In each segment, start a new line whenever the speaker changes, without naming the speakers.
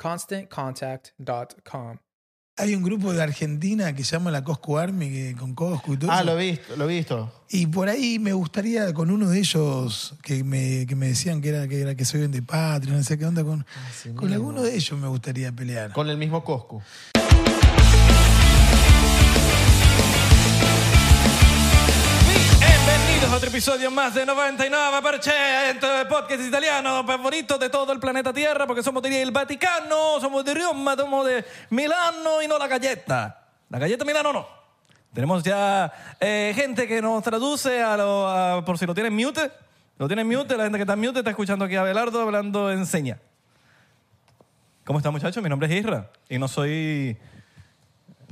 ConstantContact.com.
Hay un grupo de Argentina que se llama la Cosco Army, que- con Cosco y todo
Ah,
eso.
lo he visto, lo he visto.
Y por ahí me gustaría con uno de ellos que me, que me decían que era que, era, que soy bien de patria, no sé qué onda, con,
Ah,
con alguno de ellos me gustaría pelear.
Con el mismo Coscu.
Bienvenidos a otro episodio más de 99% de podcast italiano favorito de todo el planeta Tierra porque somos del Vaticano, somos de Roma, somos de Milano y no la galleta. La galleta Milano no. Tenemos ya eh, gente que nos traduce a lo- a- por si lo tienen mute. Lo tienen mute, la gente que está en mute está escuchando aquí a Abelardo hablando en seña. ¿Cómo están muchachos? Mi nombre es Isra y no soy...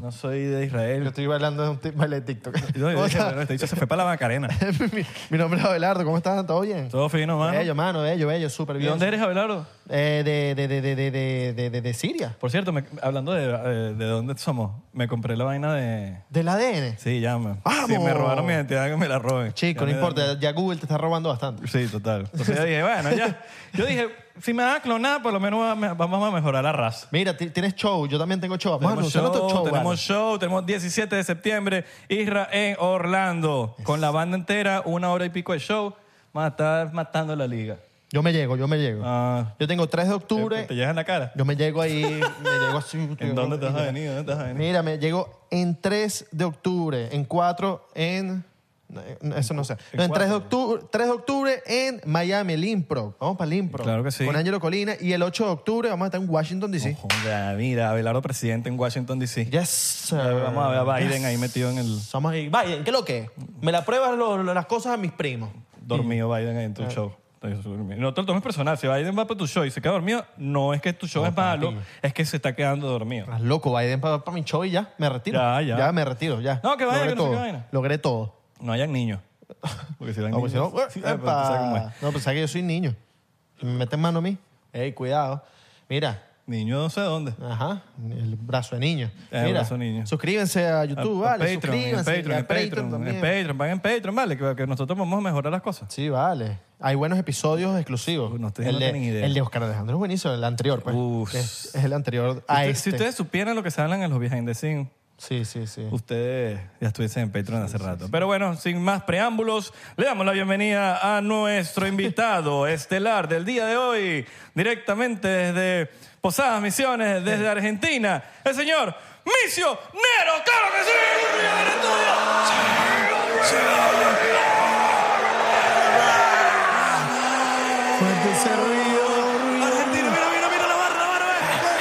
No soy de
Yo
Israel.
estoy bailando de un tema de TikTok.
Yo, yo
O
dije,
sea,
bueno, este dicho se fue para la Macarena.
mi, mi nombre es Abelardo, ¿cómo están? ¿Todo bien?
Todo fino, mano.
Bello, mano, bello, bello, súper
¿Y
bien.
dónde eres, Abelardo?
Eh, de, de, de, de, de, de, de, de- de Siria.
Por cierto, me- hablando de, eh, de dónde somos, me compré la vaina de...
¿Del ADN?
Sí, ya me...
¡Vamos!
Si me robaron mi identidad, que me la roben.
Chico,
Ya
no
me-
importa, ya Google te está robando bastante.
Sí, total. Entonces yo dije, bueno, ya. Yo dije, si me van a clonar, por lo menos va- me- vamos a mejorar la raza.
Mira, ti- tienes show, yo también tengo show. Vamos a
Tenemos
anunciar
show,
nuestro show,
tenemos
vale.
show, tenemos 17 de septiembre, Isra en Orlando, con la banda entera, una hora y pico de show, más estar matando la liga.
Yo me llego, yo me llego.
Ah,
Yo tengo 3 de
te,
octubre,
te llegas en la cara.
yo me llego ahí, me llego así.
¿En dónde te vas a venir? ¿Dónde te vas a venir?
Mira, me llego en 3 de octubre, en 4 en... no, Eso no sé.
En
No, en 3 de,
cuatro.
octubre, 3 de octubre en Miami, el Impro. Vamos para el Impro.
Claro que sí.
Con Angelo Colina. Y el 8 de octubre vamos a estar en Washington, D.C.
Joder, mira, Abelardo presidente en Washington, D.C.
Yes, sir.
Vamos a ver a Biden
Yes.
ahí metido en el...
Estamos ahí. Biden, ¿qué es lo que? es? Me la pruebas lo- lo- las cosas a mis primos.
Dormido Biden ahí en tu show. No te lo tomes personal. Si Biden va para tu show y se queda dormido, no es que tu show es malo, es que se está quedando dormido.
Estás Ah, loco, Biden, para mi show y ya, me retiro.
Ya, ya.
Ya me retiro, ya.
No, que vayan,
Logré
que no sé
todo.
qué vaina.
Logré todo.
No hayan niños. Porque si dan
No, pues, si no,
niños...
eh,
Sí,
epa.
pero tú sabes cómo es.
No, pues, sabes que yo soy niño. Si me meten mano a mí. Ey, cuidado. Mira,
Niño no sé dónde.
Ajá, el brazo de niño.
Eh, el brazo de niño.
Suscríbanse a YouTube,
A- a
vale.
Patreon, en
suscríbanse
Patreon,
y a
en Patreon, en
también.
Patreon, paguen Patreon, vale, que, que nosotros vamos a mejorar las cosas.
Sí, vale. Hay buenos episodios exclusivos.
No, ustedes
el,
no
de,
tienen idea.
el de Oscar Alejandro es buenísimo, el anterior, pues.
Uf.
Es, es el anterior a
Si ustedes-
este.
Si ustedes supieran lo que se hablan en los behind the scenes,
Sí, sí, sí.
Ustedes ya estuviesen en Patreon hace rato. Pero bueno, sin más preámbulos, le damos la bienvenida a nuestro invitado estelar del día de hoy, directamente desde Posadas Misiones, desde Argentina, el señor Micio Nero. ¡Claro que sí! ¡Al estudio!
fuerte ese ruido.
Argentina, mira, mira, mira la barra, eh. la barra.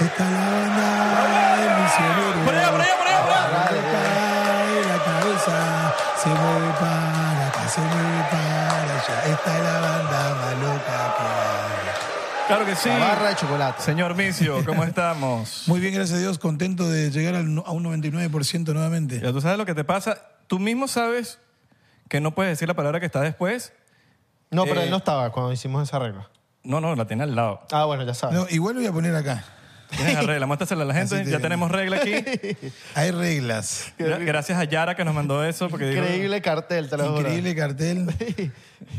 Está la banda del misionero.
Por allá, por allá, por allá, por allá.
Le cae la cabeza, se mueve para acá, se mueve para allá. Esta es la banda más loca que hay.
Claro que sí.
La barra de chocolate.
Señor Micio, ¿cómo estamos?
Muy bien, gracias a Dios, contento de llegar al no- a un 99% nuevamente.
Ya tú sabes lo que te pasa. Tú mismo sabes que no puedes decir la palabra que está después.
No, pero
Eh.
él no estaba cuando hicimos esa regla.
No, no, la tiene al lado.
Ah, bueno, ya sabes.
eh,
No, igual lo voy a poner acá.
Tienes la regla, muéstrasela a la gente.
Así te
ya
digo.
tenemos regla aquí.
Hay reglas.
Gra- Gracias a Yara que nos mandó eso. Porque digo-
Increíble cartel, te lo juro.
Increíble cartel.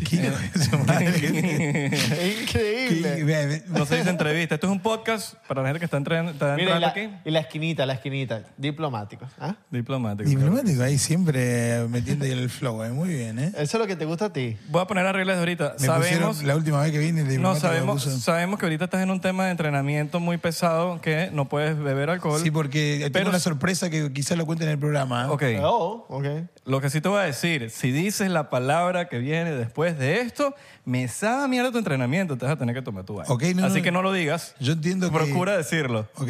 ¿Quién es su madre?
Es
¿Qué-
Increíble.
ve- ve-
no se dice entrevista. Esto es un podcast para la gente que está, entren- está entrando
Mira, y la,
aquí.
y la esquinita, la esquinita. Diplomático. ¿ah?
Diplomático.
Diplomático, ahí siempre metiendo el flow, eh, muy bien, ¿eh?
Eso es lo que te gusta a ti.
Voy a poner las reglas de ahorita.
Me
sabemos,
pusieron la última vez que vine, el
no,
diplomático me
sabemos,
puso-
sabemos que ahorita estás en un tema de entrenamiento muy pesado que no puedes beber alcohol.
Sí, porque
Pero-
tengo una sorpresa que quizás lo cuente en el programa. ¿eh?
Ok.
Oh, ok.
Lo que sí te voy a decir, si dices la palabra que viene después de esto, me sabe a mierda tu entrenamiento, te vas a tener que tomar tu baño.
Ok, no,
Así
no.
que no lo digas.
Yo entiendo que-
Procura decirlo.
Ok.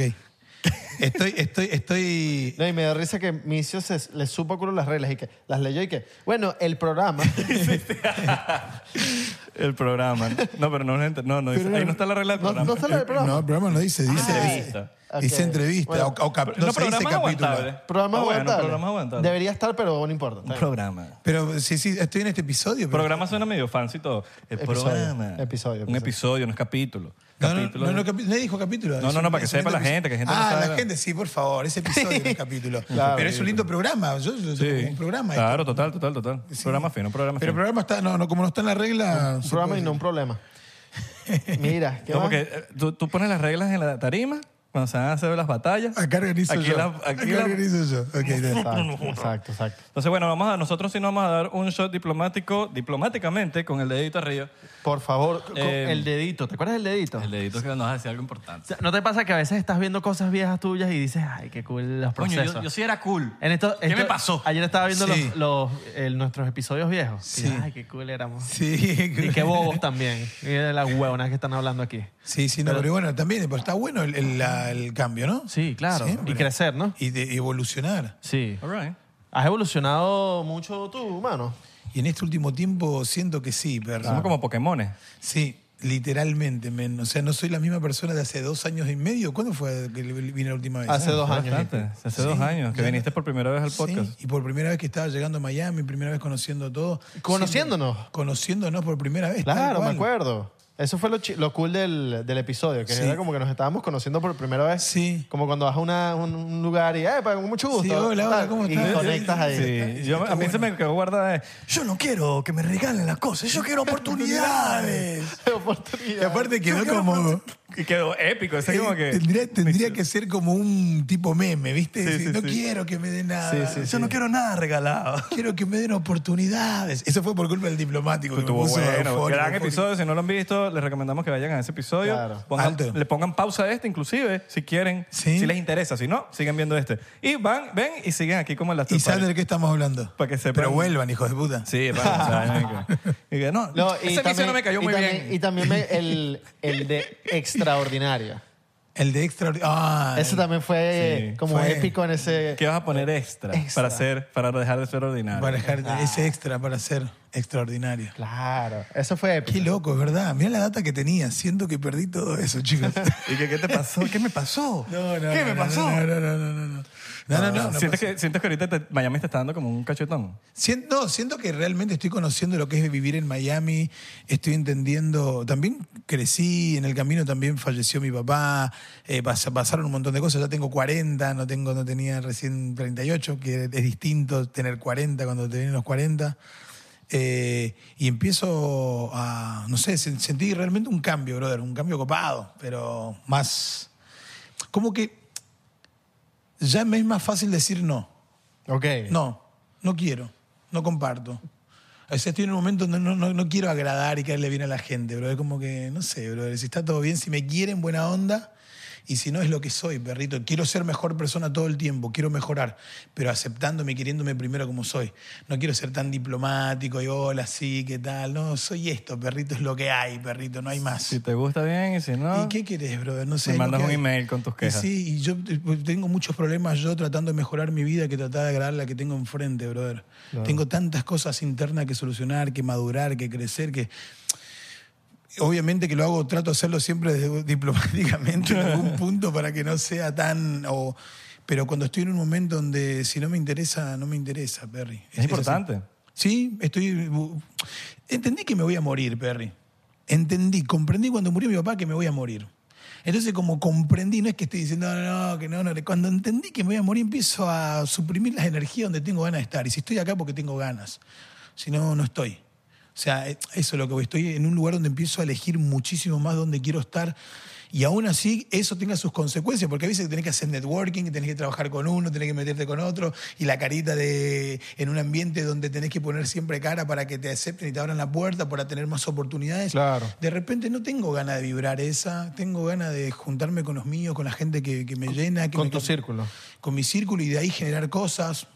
Estoy, estoy, estoy.
No, y me da risa que Micio se, le supo a culo las reglas y que las leyó y que, bueno, el programa.
El programa. No, pero no, gente, no, no dice- ahí no está la regla del
No-
programa.
no está la del programa. Ah,
No, el programa no dice, dice.
Entrevista.
Dice
Ok.
entrevista.
Bueno,
o, o cap- no,
No,
se dice
programa aguantable.
capítulo.
Programa
Ah, bueno,
aguantable.
programa aguantable.
Debería estar, pero no importa.
Un
Está bien.
programa.
Pero sí, sí, estoy en este episodio. Pero,
Programa suena medio fancy y todo. El
Episodio,
programa.
episodio,
Un
episodio.
episodio, no es capítulo.
No, no,
Capítulo
no, no,
es-
capi- nadie dijo capítulo.
No,
Es
no, no,
un-
para que
es un
sepa
lindo
la
episodio.
gente, que la gente no
Ah,
sabe
la
la-
gente, sí, por favor, ese episodio no es capítulo.
Claro.
pero es un lindo programa. Yo, yo-
Sí.
un programa. este.
Claro, total, total, total. Programa fino, programa
Pero el
fino.
programa está, no, no, como no está en la regla.
Un
se
programa
puede
y no un problema. Mira, ¿qué
No,
más?
porque eh, tú, tú pones las reglas en la tarima cuando se van a hacer las batallas.
Acá organizo
Aquí
yo.
la- aquí
Acá
la-
organizo yo. Ok, dale.
Exacto, exacto, exacto.
Entonces, bueno, vamos a, nosotros sí nos vamos a dar un shot diplomático, diplomáticamente, con el dedito arriba.
Por favor, con
Eh,
el dedito. ¿Te acuerdas del dedito?
El dedito que nos hace algo
O
importante.
sea, ¿No te pasa que a veces estás viendo cosas viejas tuyas y dices, ay, qué cool los
Coño,
procesos?
yo, yo sí era cool.
En esto-
¿Qué
esto-
me pasó?
Ayer estaba viendo
Sí.
los, los- eh, nuestros episodios viejos. Y,
Sí.
Ay, qué cool éramos.
Sí,
Y qué bobos también. Y de las huevonas que están hablando aquí.
Sí, sí, no, pero, bueno, también, pero está bueno el, el- la- el cambio, ¿no?
Sí, claro.
Siempre.
Y crecer, ¿no?
Y de evolucionar.
Sí.
All right.
Has evolucionado mucho tú, mano.
Y en este último tiempo siento que sí, pero
Somos como Pokémones.
Sí, literalmente, men. O sea, no soy la misma persona de hace dos años y medio. ¿Cuándo fue que vine la última vez?
Hace
Ah,
dos años.
Bastante. Hace dos
Sí,
años que
ya.
viniste por primera vez al podcast.
Sí, y por primera vez que estaba llegando a Miami, primera vez conociendo todo.
Conociéndonos.
Siempre- conociéndonos por primera vez. tal
Claro,
cual.
me acuerdo. Eso fue lo, chi- lo cool del, del episodio, que
Sí.
era como que nos estábamos conociendo por primera vez.
Sí.
Como cuando vas a una- un, un lugar y, ¡eh, con mucho gusto!
Sí, hola, hola,
tal,
¿cómo
Y
estás?
conectas ahí.
Sí, yo- a mí se me quedó guardada de,
Yo no quiero que me regalen las cosas, yo quiero oportunidades.
Oportunidad.
y aparte quedó como...
y quedó épico. Es
Eh,
como que...
tendría, tendría que ser como un tipo meme, ¿viste?
Sí,
Decir,
sí,
no
sí.
quiero que me den nada.
Sí, sí,
Yo
sí.
no quiero nada regalado. Quiero que me den oportunidades. Eso fue por culpa del diplomático. que me
Estuvo
puso
bueno,
eufórico,
gran
eufórico.
episodio. Si no lo han visto, les recomendamos que vayan a ese episodio.
Claro.
Pongan-
Alto.
le pongan pausa a este, inclusive, si quieren,
Sí.
si les interesa. Si no, siguen viendo este. Y van, ven y siguen aquí como en las
Y saben de qué estamos hablando.
Para que sepan.
Pero vuelvan, hijos de puta.
Sí, para, o sea, ven que- y que no,
No, y
ese vicio
también-
no me cayó
y
muy
también-
bien.
Y también me- el, el de extraordinario.
El de extraordinario. Ah,
Ese también fue eh,
Sí,
como
fue-
épico en ese...
¿Qué vas a poner extra,
Extra.
para hacer, para dejar de ser ordinario?
Para dejar
Ah.
ese extra para ser extraordinario.
Claro, eso fue épico.
Qué loco, es verdad. Mirá la data que tenía. Siento que perdí todo eso, chicos.
¿Y que, qué te pasó? ¿Qué me pasó?
No, no,
¿Qué
no,
me
no,
pasó?
No, no, no, no, no. no. No, no, no, no
¿Sientes, que, sientes que ahorita te- Miami te está dando como un cachetón?
Siento, no, siento que realmente estoy conociendo lo que es vivir en Miami, estoy entendiendo, también crecí, en el camino también falleció mi papá, eh, pas- pasaron un montón de cosas, ya tengo 40, no, tengo, no tenía recién 38, que es distinto tener 40 cuando te vienen los 40. Eh, y empiezo a, no sé, sen- sentí realmente un cambio, brother, un cambio copado, pero más, como que ya me es más fácil decir no.
Ok.
No, no quiero, no comparto. A veces estoy en un momento donde no, no- no quiero agradar y caerle bien a la gente, bro. Es como que, no sé, bro. Si está todo bien, si me quieren, buena onda. Y si no es lo que soy, perrito, quiero ser mejor persona todo el tiempo, quiero mejorar, pero aceptándome y queriéndome primero como soy. No quiero ser tan diplomático y hola, sí, ¿qué tal? No, soy esto, perrito, es lo que hay, perrito, no hay más.
Si te gusta bien y si no.
¿Y qué quieres, brother? No sé.
Me
lo
mandas
que
un
hay.
email con tus
Y
quejas.
sí, y yo eh, pues, tengo muchos problemas yo tratando de mejorar mi vida que tratar de agradar la que tengo enfrente, brother. Tengo tantas cosas internas que solucionar, que madurar, que crecer, que... Obviamente que lo hago, trato de hacerlo siempre desde- diplomáticamente en algún punto para que no sea tan... o- pero cuando estoy en un momento donde si no me interesa, no me interesa, Perry.
Es importante.
así. Sí, estoy. bu- Entendí que me voy a morir, Perry. Entendí, comprendí cuando murió mi papá que me voy a morir. Entonces, como comprendí, no es que estoy diciendo, no, no, que no, no. Cuando entendí que me voy a morir, empiezo a suprimir las energías donde tengo ganas de estar. Y si estoy acá, porque tengo ganas. Si no, no estoy. O sea, eh, eso es lo que voy. Estoy en un lugar donde empiezo a elegir muchísimo más dónde quiero estar. Y aún así, eso tenga sus consecuencias, porque a veces tenés que hacer networking, tenés que trabajar con uno, tenés que meterte con otro, y la carita de en un ambiente donde tenés que poner siempre cara para que te acepten y te abran la puerta para tener más oportunidades.
Claro.
De repente no tengo ganas de vibrar esa, tengo ganas de juntarme con los míos, con la gente que, que me llena. Que
Con
me-
tu círculo.
Con mi círculo y de ahí generar cosas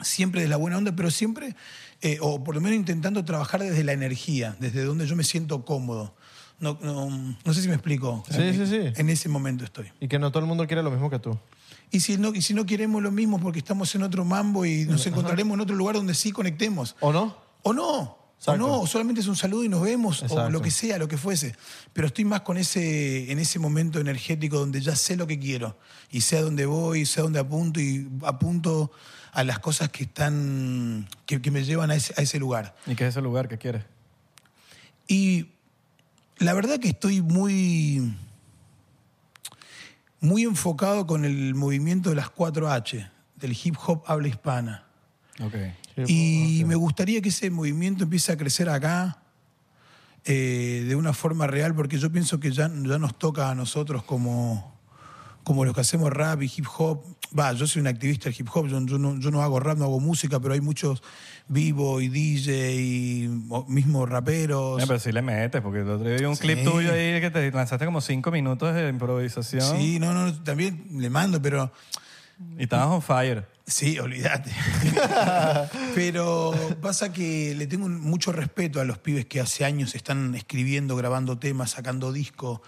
siempre de la buena onda, pero siempre, eh, o por lo menos intentando trabajar desde la energía, desde donde yo me siento cómodo. No, no, no sé si me explico.
Sí,
En-
sí, sí.
En ese momento estoy.
Y que no todo el mundo quiere lo mismo que tú.
Y si, no, y si no queremos lo mismo porque estamos en otro mambo y nos encontraremos en otro lugar donde sí conectemos.
¿O no?
O no. O
Exacto.
no, o solamente es un saludo y nos vemos, o
Exacto.
lo que sea, lo que fuese. Pero estoy más con ese, en ese momento energético donde ya sé lo que quiero y sé a dónde voy, sé a dónde apunto y apunto a las cosas que están, que, que me llevan a ese, a ese lugar.
¿Y qué es ese lugar que quieres?
Y la verdad que estoy muy, muy enfocado con el movimiento de las 4H, del hip hop habla hispana.
Ok.
Y me gustaría que ese movimiento empiece a crecer acá eh, de una forma real, porque yo pienso que ya, ya nos toca a nosotros como, como los que hacemos rap y hip hop. Va, yo soy un activista del hip hop, yo, yo no, yo no hago rap, no hago música, pero hay muchos vivo y DJ y o- mismo raperos.
Mira, pero sí le metes, porque el otro día vi un
Sí.
clip tuyo ahí que te lanzaste como cinco minutos de improvisación
Sí, no, no, también le mando, pero
y estabas on fire.
Sí, olvídate. Pero pasa que le tengo un- mucho respeto a los pibes que hace años están escribiendo, grabando temas, sacando discos.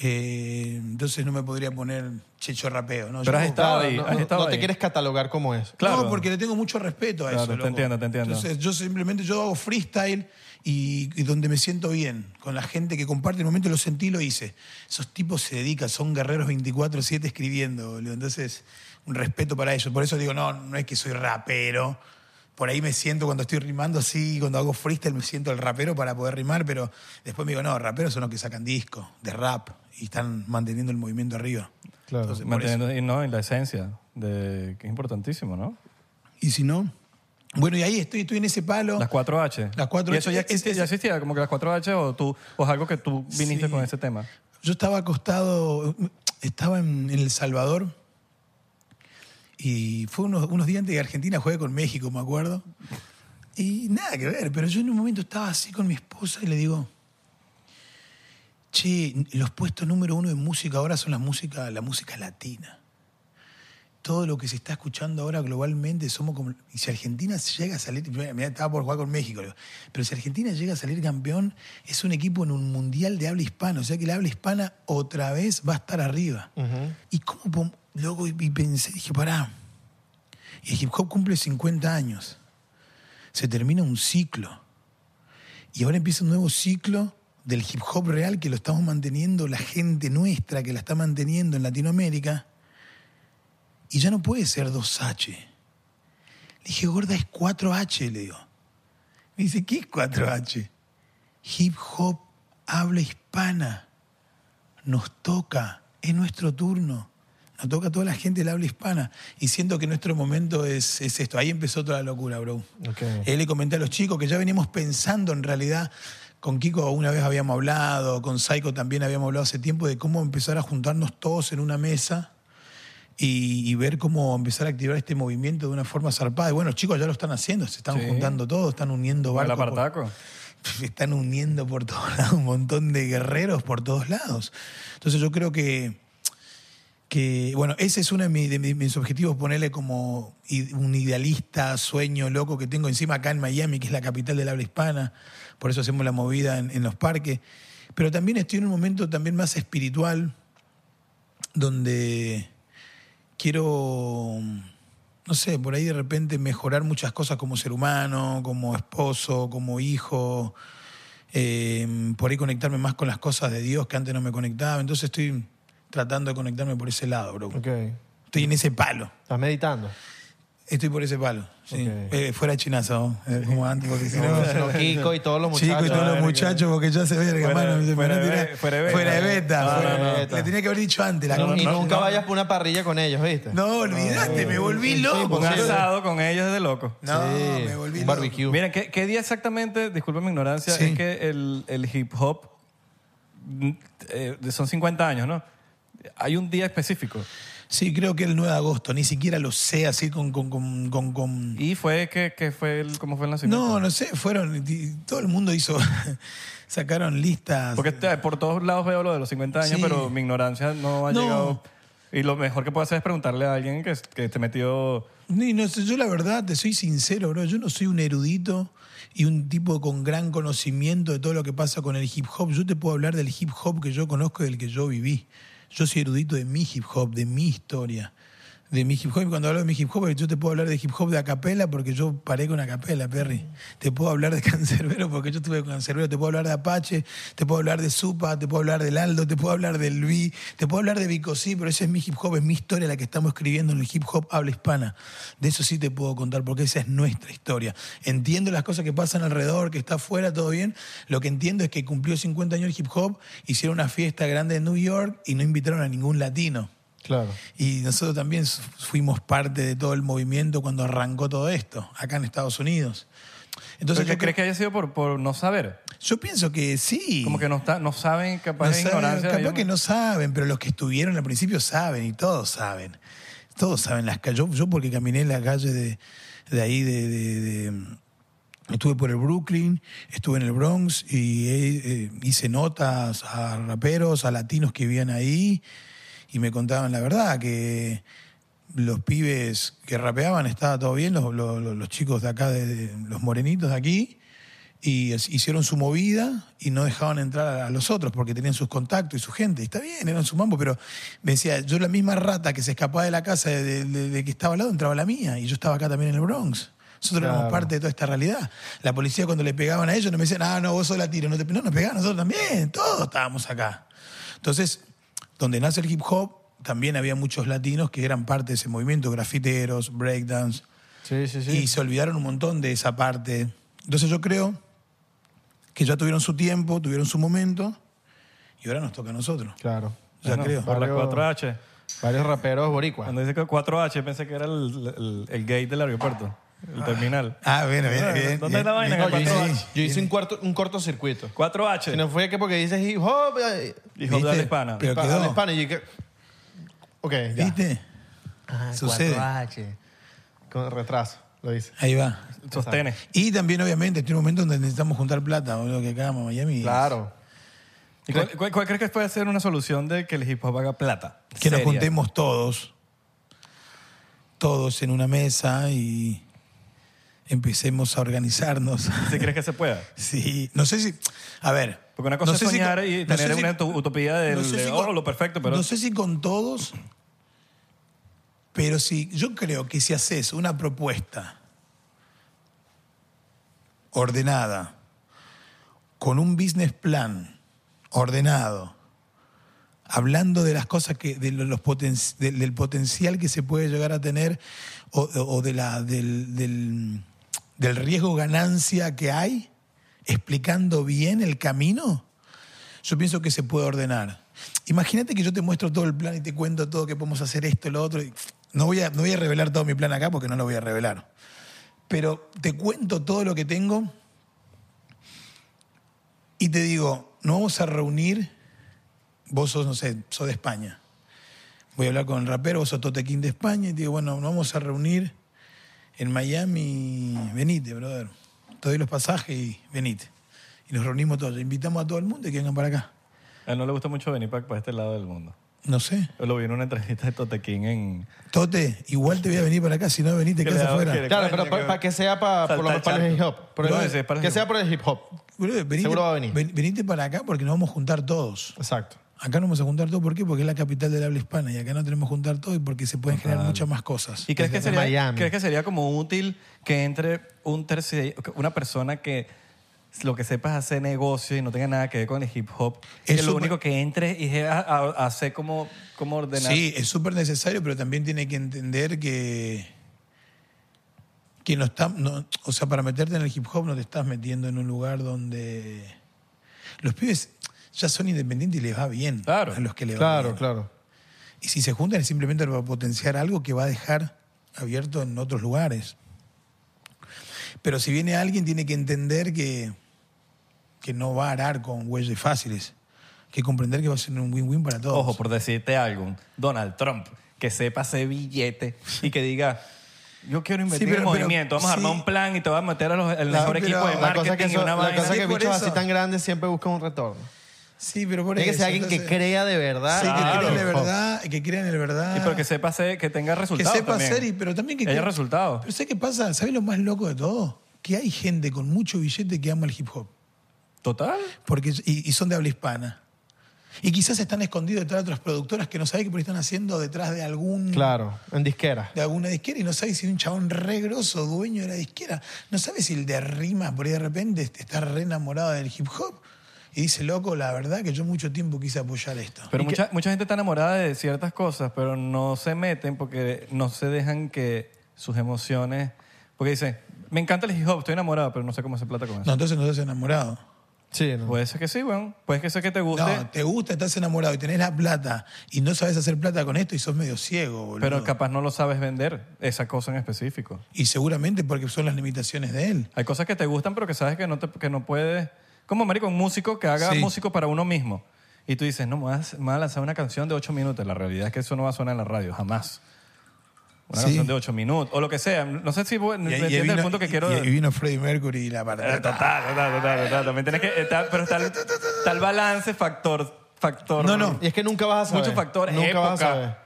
Eh, entonces no me podría poner checho rapeo, ¿no?
Pero has
Yo-
estado- Estaba
Claro,
ahí,
no,
has
no-
estado
no te
ahí.
quieres catalogar como es.
Claro.
No, porque le tengo mucho respeto a
Claro,
eso.
te
loco.
entiendo, te entiendo.
Entonces, yo simplemente yo hago freestyle y, y donde me siento bien, con la gente que comparte el momento, lo sentí, lo hice. Esos tipos se dedican, son guerreros 24-7 escribiendo, boludo. Entonces, un respeto para ellos. Por eso digo, no, no es que soy rapero. Por ahí me siento cuando estoy rimando así, cuando hago freestyle me siento el rapero para poder rimar, pero después me digo, no, raperos son los que sacan disco de rap y están manteniendo el movimiento arriba.
Claro.
Entonces, por eso.
Manteniendo, y no, en la esencia, de, que es importantísimo, ¿no?
Y si no, bueno, y ahí estoy, estoy en ese palo.
Las 4H.
Las 4H,
¿Y eso ya
es-
existía,
es-
ya existía, como que las 4H o, tú, o es algo que tú viniste
Sí.
con ese tema?
Yo estaba acostado, estaba en, en El Salvador y fue unos, unos días antes que Argentina juegue con México, me acuerdo. Y nada que ver, pero yo en un momento estaba así con mi esposa y le digo, che, los puestos número uno de música ahora son la música, la música latina. Todo lo que se está escuchando ahora globalmente somos como... Y si Argentina llega a salir... Mira, estaba por jugar con México. le digo, Pero si Argentina llega a salir campeón, es un equipo en un mundial de habla hispana. O sea que la habla hispana otra vez va a estar arriba. Y cómo... pon- Luego y- y pensé, dije, pará. Y el hip hop cumple 50 años. Se termina un ciclo. Y ahora empieza un nuevo ciclo del hip hop real que lo estamos manteniendo la gente nuestra que la está manteniendo en Latinoamérica. Y ya no puede ser 2H. Le dije, gorda, es 4H, le digo. Me dice, ¿qué es 4H? Hip hop, habla hispana. Nos toca, es nuestro turno. Nos toca a toda la gente del habla hispana. Y siento que nuestro momento es, es esto. Ahí empezó toda la locura, bro.
Ok.
Él le comenté a los chicos que ya veníamos pensando en realidad. Con Kiko una vez habíamos hablado, con Psycho también habíamos hablado hace tiempo de cómo empezar a juntarnos todos en una mesa y, y ver cómo empezar a activar este movimiento de una forma zarpada. Y bueno, los chicos ya lo están haciendo, se están
Sí.
juntando todos, están uniendo
Como el
barcos. pues. por-
apartaco.
se están uniendo por todos lados, un montón de guerreros por todos lados. Entonces yo creo que que, bueno, ese es uno de, mi- de mi- mis objetivos, ponerle como i- un idealista, sueño loco que tengo encima acá en Miami, que es la capital del habla hispana, por eso hacemos la movida en, en los parques, pero también estoy en un momento también más espiritual, donde quiero, no sé, por ahí de repente mejorar muchas cosas como ser humano, como esposo, como hijo, eh, por ahí conectarme más con las cosas de Dios que antes no me conectaba. Entonces estoy tratando de conectarme por ese lado, bro.
Ok.
Estoy en ese palo.
Estás meditando.
Estoy por ese palo. sí.
Ok.
Eh, fuera chinazo, ¿no? Eh, como antes, porque si
No,
no.
sino Kiko y todos los muchachos.
Chico y todos los
Verga.
muchachos, porque ya se verga,
Fuera-
hermano. Me
fuera de
tirá-
be- fuera de beta.
fuera de beta.
No,
fuera-
no, no.
Le tenía que haber dicho antes. La
y
concha.
nunca vayas por una parrilla con ellos, ¿viste?
No, olvídate, me volví
Sí,
loco.
Un
imposible.
boludo.
asado con ellos es de loco.
No,
Sí,
me volví
un
loco.
barbecue.
Mira, ¿qué, qué día exactamente, disculpen mi ignorancia,
Sí.
es que el, el hip hop mm, eh, son 50 años, ¿no? Hay un día específico.
Sí, creo que el 9 de agosto, ni siquiera lo sé así con... con, con, con- con-
¿Y fue que, que fue el, cómo fue el nacimiento?
No, no sé, fueron... di- Todo el mundo hizo... sacaron listas.
Porque este, por todos lados veo lo de los 50 años,
Sí.
pero mi ignorancia no ha
No.
llegado. Y lo mejor que puedo hacer es preguntarle a alguien que, que esté metido...
Ni- no sé, yo la verdad, te soy sincero, bro, yo no soy un erudito y un tipo con gran conocimiento de todo lo que pasa con el hip hop. Yo te puedo hablar del hip hop que yo conozco y del que yo viví. Yo soy erudito de mi hip hop, de mi historia, de mi hip hop. Y cuando hablo de mi hip hop, yo te puedo hablar de hip hop de acapela porque yo paré con acapela, Perry. Te puedo hablar de Cancerbero porque yo estuve con Cancerbero. Te puedo hablar de Apache, te puedo hablar de Supa, te puedo hablar del Aldo, te puedo hablar del Luis, te puedo hablar de Vicosí, pero ese es mi hip hop, es mi historia la que estamos escribiendo en el hip hop habla hispana. De eso sí te puedo contar, porque esa es nuestra historia. Entiendo las cosas que pasan alrededor, que está afuera, todo bien. Lo que entiendo es que cumplió 50 años el hip hop, hicieron una fiesta grande en New York y no invitaron a ningún latino.
Claro.
Y nosotros también su- fuimos parte de todo el movimiento cuando arrancó todo esto, acá en Estados Unidos. Entonces,
¿Pero
yo,
¿Crees que
creo-
haya sido por, por no saber?
yo pienso que sí.
Como que no, está, no saben, capaz
No
de
saben,
ignorancia.
capaz
ellos-
que no saben, pero los que estuvieron al principio saben y todos saben. Todos saben las calles. Yo, yo porque caminé en la calle de, de ahí, de, de- de- estuve por el Brooklyn, estuve en el Bronx y eh, eh, hice notas a raperos, a latinos que vivían ahí y me contaban la verdad que los pibes que rapeaban estaba todo bien, los, los- los- los chicos de acá, de, de- los morenitos de aquí, y es- hicieron su movida y no dejaban entrar a, a los otros porque tenían sus contactos y su gente. Y está bien, eran su mambo, pero me decía, yo la misma rata que se escapaba de la casa de, de- de- de que estaba al lado, entraba a la mía, y yo estaba acá también en el Bronx. Nosotros éramos
Claro.
parte de toda esta realidad. La policía cuando le pegaban a ellos no me decían, ah, no, vos sos latino, no, te, no nos pegaban, nosotros también, todos estábamos acá. Entonces, donde nace el hip hop, también había muchos latinos que eran parte de ese movimiento, grafiteros, breakdance,
Sí, sí, sí.
y se olvidaron un montón de esa parte. Entonces yo creo que ya tuvieron su tiempo, tuvieron su momento, y ahora nos toca a nosotros.
Claro.
Ya
Bueno,
creo.
Por las
Varios-
4H.
Varios raperos boricuas.
Cuando dice que 4H, pensé que era el, el, el gate del aeropuerto, el terminal.
Ah, bueno, bien,
¿Dónde
bien.
está
bien,
la vaina?
No,
bien.
yo
cuatro
hice,
H.
yo hice un, cuarto, un cortocircuito. Si
4H,
no fue que porque dices hip hop, eh,
hijo de la
¿Viste?
hispana.
Pero
pa-
quedó.
habla hispano, y yo que- Ok, ya.
¿Viste?
Ah,
Sucede.
4H. Con retraso, lo dice.
Ahí va.
Sostene.
Y también, obviamente, este es un momento donde necesitamos juntar plata, boludo, que acá en Miami.
Claro.
¿Y cuál, cuál- cuál crees que puede ser una solución de que el hip hop haga plata?
Que nos
Seria.
juntemos todos, todos en una mesa y empecemos a organizarnos.
¿Sí crees que se pueda?
Sí, no sé si. A ver.
Porque una cosa
no
es
sé si
soñar
con-
y
no
tener
sé si-
una utu- utopía del- de,
con-
oh, lo perfecto, pero
No sé si con todos, pero sí, yo creo que si haces una propuesta ordenada, con un business plan ordenado, hablando de las cosas que, de lo- los poten- del- del potencial que se puede llegar a tener o, o de la, del, del- del riesgo ganancia que hay, explicando bien el camino, yo pienso que se puede ordenar. Imagínate que yo te muestro todo el plan y te cuento todo que podemos hacer esto, lo otro. y No voy a, no voy a revelar todo mi plan acá porque no lo voy a revelar. Pero te cuento todo lo que tengo y te digo, nos vamos a reunir. Vos sos, no sé, sos de España. Voy a hablar con el rapero, vos sos Totequín de España. Y te digo, bueno, nos vamos a reunir en Miami. Venite, brother. Te doy los pasajes y venite. Y nos reunimos todos. Invitamos a todo el mundo y que vengan para acá.
a él no le gusta mucho venir para, para este lado del mundo.
No sé.
Lo vi en una entrevista de Totequín en...
Tote, igual te voy a venir para acá, si no venís te
Que
quedas
le hago-
afuera.
que le-
Claro,
Coño,
pero
que-
para que sea pa- por lo menos para el hip
Saltar.
hop. Por el-
No, ese es para el
que
hip
sea
hop.
por el hip hop.
Boludo, venite-
Seguro va a venir.
ven- venite para acá porque nos vamos a juntar todos.
Exacto.
Acá nos vamos a juntar todos, ¿por qué? Porque es la capital del habla hispana y acá no tenemos que juntar todo y porque se pueden generar muchas más cosas.
¿Y crees que,
Desde
sería,
Miami.
crees que sería como útil que entre un terci- una persona que lo que sepa es hacer negocio y no tenga nada que ver con el hip hop? que
Es
lo
súper-
único que entre y es a, a- a hacer como, como ordenar.
Sí, es súper necesario, pero también tiene que entender que. que no está. no- o sea, para meterte en el hip hop no te estás metiendo en un lugar donde. Los pibes ya son independientes y les va bien.
Claro,
a los que les va
Claro,
bien.
claro.
Y si se juntan es simplemente para potenciar algo que va a dejar abierto en otros lugares. Pero si viene alguien tiene que entender que, que no va a arar con güeyes fáciles. Que comprender que va a ser un win-win para todos.
Ojo, por decirte algo, Donald Trump, que sepa hacer billete y que diga... Yo quiero invertir
Sí, pero-
en
pero-
movimiento. Vamos a armar
sí.
un plan y te vas a meter a los, el
La-
mejor
pero
equipo de
la
La cosa es que,
marketing y
eso-
una
la
vaina.
cosa es que
Sí, por
bichos
eso.
así tan grandes siempre buscan un retorno.
Sí, pero por
Tiene que
eso,
ser alguien que
entonces-
crea de verdad.
Sí, que
en
crea
el
de
hip hop.
verdad, que crea en el verdad.
Y pero que sepa hacer, que tenga
que
resultados
sepa
también.
hacer, y, pero también que...
Que haya
crea-
resultados.
Pero ¿sabes qué pasa? ¿Sabes lo más loco de todo? Que hay gente con mucho billete que ama el hip hop.
Total.
porque y, y son de habla hispana. Y quizás están escondidos detrás de otras productoras que no sabés que por ahí están haciendo detrás de algún
Claro, en disquera.
de alguna disquera y no sabés si un chabón re grosso, dueño de la disquera, no sabes si el de rimas por ahí de repente est- está re enamorado del hip hop y dice, loco, la verdad que yo mucho tiempo quise apoyar esto.
Pero mucha, mucha gente está enamorada de ciertas cosas, pero no se meten porque no se dejan que sus emociones. Porque dicen, me encanta el hip hop, estoy enamorado, pero no sé cómo hacer plata con eso.
No, entonces no estás enamorado.
Sí, no.
Puede ser que sí, weón. Puede que sea que te guste.
No, te gusta, estás enamorado y tenés la plata y no sabes hacer plata con esto y sos medio ciego, boludo.
pero capaz no lo sabes vender, esa cosa en específico.
y seguramente porque son las limitaciones de él.
Hay cosas que te gustan, pero que sabes que no, te- que no puedes. Como, marico, un músico que haga
Sí.
músico para uno mismo. Y tú dices, no, me vas, me vas a lanzar una canción de ocho minutos. La realidad es que eso no va a sonar en la radio, jamás. Una
Sí.
canción de ocho minutos, o lo que sea. No sé si vos-
Y, ahí- y ahí
entiendes el
vino-
punto que
y-
quiero...
y ahí vino Freddie Mercury y la
Eh, Total,
verdad.
total, total, total. También tienes que... está- pero está el, está el balance, factor... factor
No, no.
Y es que nunca vas a saber.
Muchos factores.
Nunca
época.
vas a saber.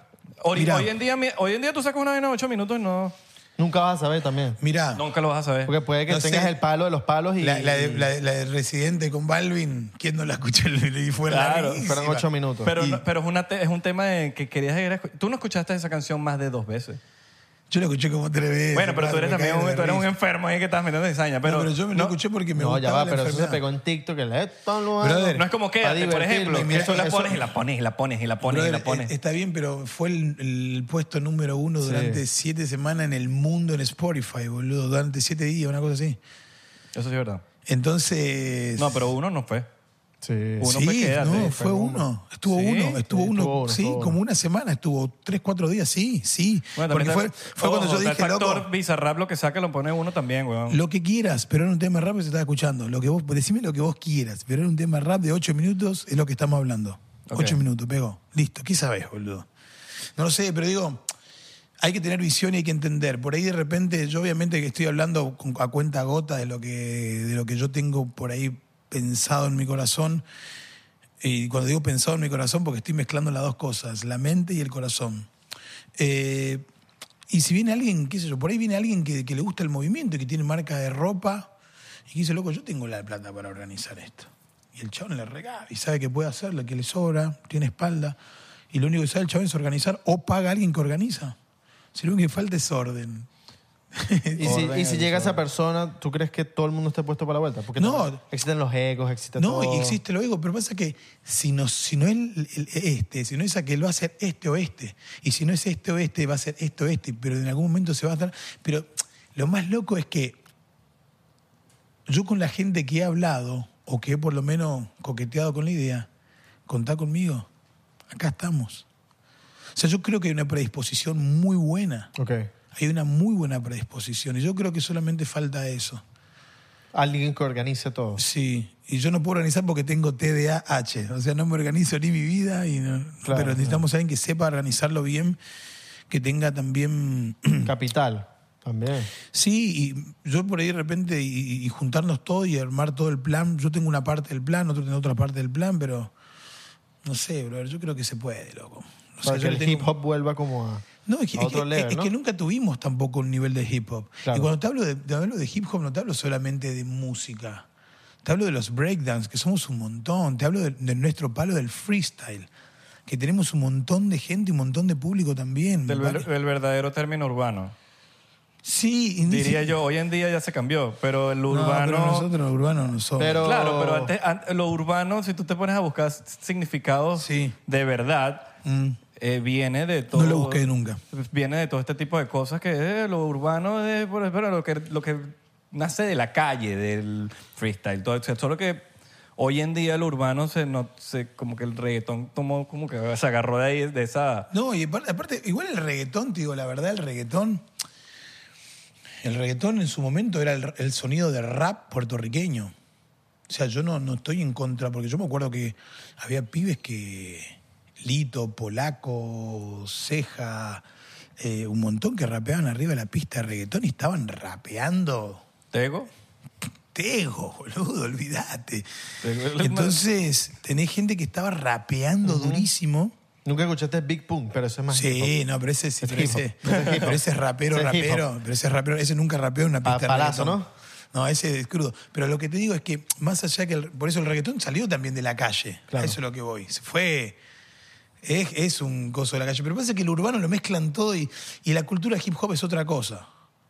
Hoy,
Mira.
hoy en día, mi- hoy en día tú sacas una vaina de ocho minutos y no...
Nunca vas a saber también.
Mirá,
Nunca lo vas a saber.
Porque puede que
No sé.
tengas el palo de los palos y.
la, la de, la de- la de Residente con Balvin, ¿quién no la escuchó y fue
Claro,
larguísima.
fueron ocho minutos.
Pues Pero,
Y-
no- pero es, una te- es un tema de que querías ir a escu- Tú no escuchaste esa canción más de dos veces.
Yo la escuché como tres veces.
bueno, pero tú
padre,
eres
me
también
caí
un,
de
tú eres un
risa.
enfermo ahí que estás metiendo cizaña. Pero,
No, pero yo me lo escuché porque me
No, ya
gustaba la
va, pero eso se
enfermedad.
pegó en TikTok. El esto no
Brother.
no es como
que
quédate, por ejemplo.
mira,
que tú la
eso-
pones y la pones y la pones y la pones y
Brother,
la pones.
eh, Está bien, pero fue el, el puesto número uno durante siete semanas en el mundo en Spotify, boludo. Durante siete días, una cosa así.
Eso sí es verdad.
Entonces...
No, pero uno no fue.
Sí.
uno
sí,
fue quédate,
no,
fue
fue
uno.
uno. Estuvo
Sí,
uno, estuvo
sí,
uno,
estuvo uno,
sí,
estuvo uno.
como una semana, estuvo tres, cuatro días, sí, sí.
Bueno,
Porque
también
fue,
está-
fue cuando
ojo,
yo
está
dije,
el factor
loco,
Bizarrap lo que saca lo pone uno también, weón.
Lo que quieras, pero era un tema rap que se estaba escuchando. Lo que vos, decime lo que vos quieras, pero era un tema rap de 8 minutos, es lo que estamos hablando.
Ok.
8 minutos, pegó. Listo, ¿qué sabes, boludo? No lo sé, pero digo, hay que tener visión y hay que entender. Por ahí de repente, yo obviamente que estoy hablando con- a cuenta gota de lo que, de lo que yo tengo por ahí pensado en mi corazón. Y cuando digo pensado en mi corazón, porque estoy mezclando las dos cosas, la mente y el corazón. Eh, y si viene alguien, qué sé yo, por ahí viene alguien que, que le gusta el movimiento y que tiene marca de ropa y que dice, loco, yo tengo la plata para organizar esto. Y el chabón le regala y sabe que puede hacerlo, que le sobra, tiene espalda. Y lo único que sabe el chabón es organizar o paga a alguien que organiza. Si lo único que falta es orden.
Y si, y si llega esa persona, ¿tú crees que todo el mundo esté puesto para la vuelta? Porque
No.
también Existen los egos, existe
No,
todo.
y existe lo ego, pero pasa que si no, si no es el- el- este, si no es aquel, va a ser este o este. Y si no es este o este, va a ser este o este. Pero en algún momento se va a estar. Pero lo más loco es que yo con la gente que he hablado, o que he por lo menos coqueteado con la idea, contá conmigo. Acá estamos. O sea, yo creo que hay una predisposición muy buena.
Ok.
Hay una muy buena predisposición. Y yo creo que solamente falta eso.
Alguien que organice todo.
Sí, y yo no puedo organizar porque tengo TDAH, o sea, no me organizo ni mi vida, y no-
Claro,
pero necesitamos alguien que sepa organizarlo bien, que tenga también...
Capital. También.
Sí, y yo por ahí de repente, y, y juntarnos todo y armar todo el plan, yo tengo una parte del plan, otro tiene otra parte del plan, pero No sé, brother, yo creo que se puede, loco. O sea,
Para
yo
que
le
el
tengo-
hip hop vuelva como a.
No, es que,
a
es
otro
que-
level,
es
¿no?
que nunca tuvimos tampoco un nivel de hip hop.
Claro.
Y cuando te hablo de, te hablo de hip hop, no te hablo solamente de música. Te hablo de los breakdance, que somos un montón. Te hablo de, de nuestro palo del freestyle, que tenemos un montón de gente, un montón de público también.
Del
Vale.
ver- del verdadero término urbano.
Sí, y ni
Diría
si-
yo, hoy en día ya se cambió, pero el
No,
urbano...
pero nosotros los urbanos no somos.
Pero-
Claro, pero antes, an- lo urbano, si tú te pones a buscar s- significados
Sí.
de verdad,
Mm.
eh, viene de todo.
lo busqué nunca.
Viene de todo este tipo de cosas que eh, lo urbano es por ejemplo, lo que, lo que nace de la calle, del freestyle, todo eso. Solo que hoy en día lo urbano se, no, se como que el reggaetón tomó como que se agarró de ahí, de esa.
No, y aparte, aparte, igual el reggaetón, te digo, la verdad, el reggaetón. El reggaetón en su momento era el, el sonido de rap puertorriqueño. O sea, yo no, no estoy en contra, porque yo me acuerdo que había pibes que. Lito, Polaco, Ceja, eh, un montón que rapeaban arriba de la pista de reggaetón y estaban rapeando
Tego.
Tego, boludo, olvídate.
Tego.
Entonces, tenés gente que estaba rapeando durísimo.
Nunca escuchaste Big Pum, pero eso es más. hip
Sí,
hop.
no, pero ese sí,
Es
pero
hip hop.
ese,
Ese es hip hop.
pero ese es rapero,
Ese es hip
rapero,
hop.
pero ese es rapero, ese nunca rapeó en una
Pa-
pista de
palazo,
reggaetón.
¿no?
No, ese es crudo. Pero lo que te digo es que más allá que el- por eso el reggaetón salió también de la calle.
Claro.
A Eso es lo que voy. Se fue es, es un coso de la calle, pero pasa que el urbano lo mezclan todo y, y la cultura hip hop es otra cosa.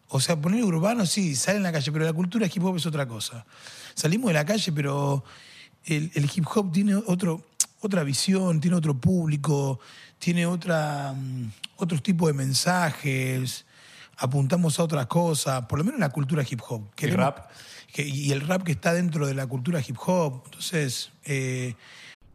O sea, poner urbano sí, sale en la calle, pero la cultura hip hop es otra cosa. Salimos de la calle, pero el, el hip hop tiene otro, otra visión, tiene otro público, tiene otra, mm, otros tipos de mensajes, apuntamos a otras cosas, por lo menos la cultura hip hop. Queremos-
rap.
que- y el rap que está dentro de la cultura hip hop. Entonces, eh,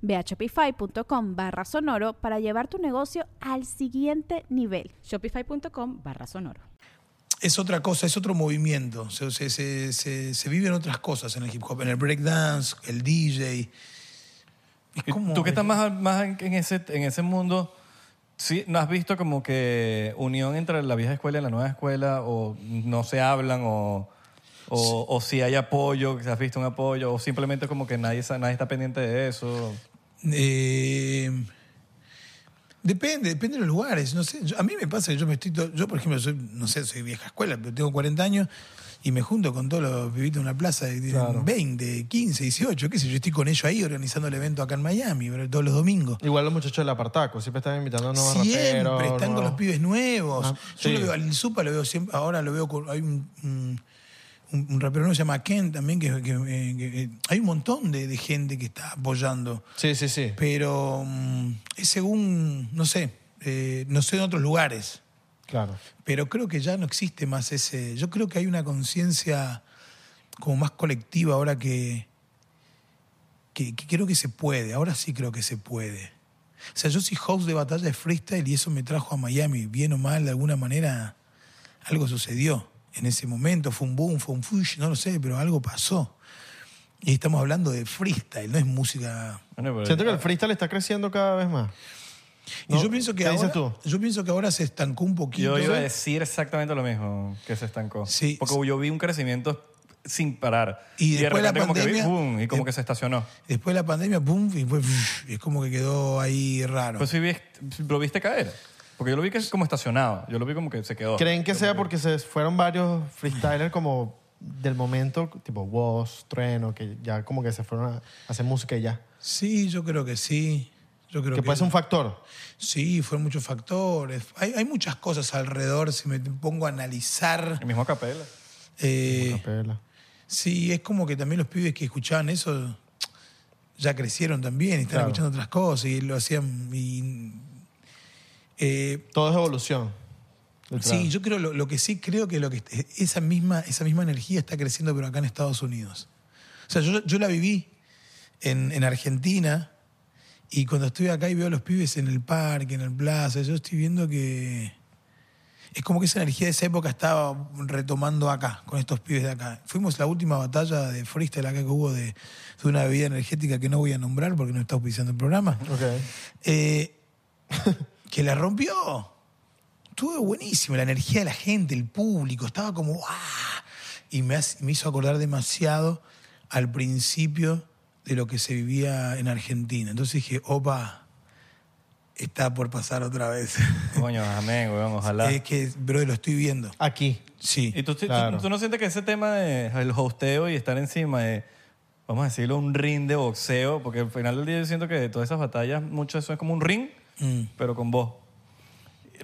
Ve a shopify.com barra sonoro para llevar tu negocio al siguiente nivel.
Shopify.com barra sonoro.
es otra cosa, es otro movimiento. Se, se- se- se- se viven otras cosas en el hip hop, en el breakdance, el DJ. Es
Y
como-
Tú que estás más, más en, en ese, en ese mundo, ¿sí, ¿no has visto como que unión entre la vieja escuela y la nueva escuela? ¿O no se hablan? ¿O, o, o si hay apoyo? ¿Has visto un apoyo? ¿O simplemente como que nadie, sa- nadie está pendiente de eso?
Eh, depende, depende de los lugares. No sé, yo- a mí me pasa que yo me estoy. to- Yo, por ejemplo, soy, no sé, soy vieja escuela, pero tengo 40 años y me junto con todos los pibitos en una plaza que tienen 20, 15, 18, qué sé yo. Estoy con ellos ahí organizando el evento acá en Miami, pero todos los domingos.
Igual los muchachos del apartaco siempre están invitando a nuevos
Siempre
raperos.
están con
nuevos-
los pibes nuevos.
Ah,
Yo
sí.
lo veo al Supa, lo veo siempre. Ahora lo veo con. Hay un, un, un rapero nuevo que se llama Ken también, que, que- eh, que- eh, hay un montón de, de gente que está apoyando.
Sí, sí, sí.
Pero mm, es según. No sé. eh, no sé en otros lugares.
Claro.
Pero creo que ya no existe más ese. Yo creo que hay una conciencia como más colectiva ahora que, que, que creo que se puede. Ahora sí creo que se puede. O sea, yo soy host de batalla de freestyle y eso me trajo a Miami. Bien o mal, de alguna manera, algo sucedió en ese momento. Fue un boom, fue un fush, no lo sé, pero algo pasó. Y estamos hablando de freestyle, no es música.
Bueno, pero-
Siento que el freestyle está creciendo cada vez más.
Y
No,
yo pienso que
¿qué dices
ahora,
tú?
yo pienso que ahora se estancó un poquito.
yo iba a decir exactamente lo mismo, que se estancó.
Sí.
Porque yo vi un crecimiento sin parar.
Y
de
después la
repente como que vi,
pandemia-
boom, y como que se estacionó.
Después de la pandemia, pum, y fue, y es como que quedó ahí raro.
Pues sí, vi- lo viste caer. Porque yo lo vi que es como estacionado. Yo lo vi como que se quedó.
¿Creen que sea porque se fueron varios freestylers como del momento, tipo voz, trueno, que ya como que se fueron a hacer música y ya?
sí, yo creo que sí. Yo creo
que puede ser un factor.
Sí, fueron muchos factores. Hay, hay muchas cosas alrededor, si me pongo a analizar.
El mismo capela.
Eh,
Una pela.
Sí, es como que también los pibes que escuchaban eso ya crecieron también, y están
Claro.
escuchando otras cosas y lo hacían. y, eh,
Todo es evolución. Literal.
Sí, yo creo, lo, lo que sí creo que, lo que esa, misma, esa misma energía está creciendo, pero acá en Estados Unidos. O sea, yo, yo la viví en, en Argentina y cuando estoy acá y veo a los pibes en el parque, en el plaza, yo estoy viendo que. Es como que esa energía de esa época estaba retomando acá, con estos pibes de acá. Fuimos la última batalla de freestyle acá que hubo de, de una bebida energética que no voy a nombrar porque no está auspiciando el programa.
Ok.
Eh, que la rompió. Estuvo buenísimo, la energía de la gente, el público, estaba como ¡ah! Y me, hace- me hizo acordar demasiado al principio de lo que se vivía en Argentina. Entonces dije, opa, está por pasar otra vez.
Coño, amén, weón, ojalá.
es que, bro, lo estoy viendo.
Aquí.
Sí.
¿Y tú, tú-
Claro.
tú no sientes que ese tema del el hosteo y estar encima de, vamos a decirlo, un ring de boxeo? Porque al final del día yo siento que de todas esas batallas, mucho eso es como un ring,
Mm.
pero con vos.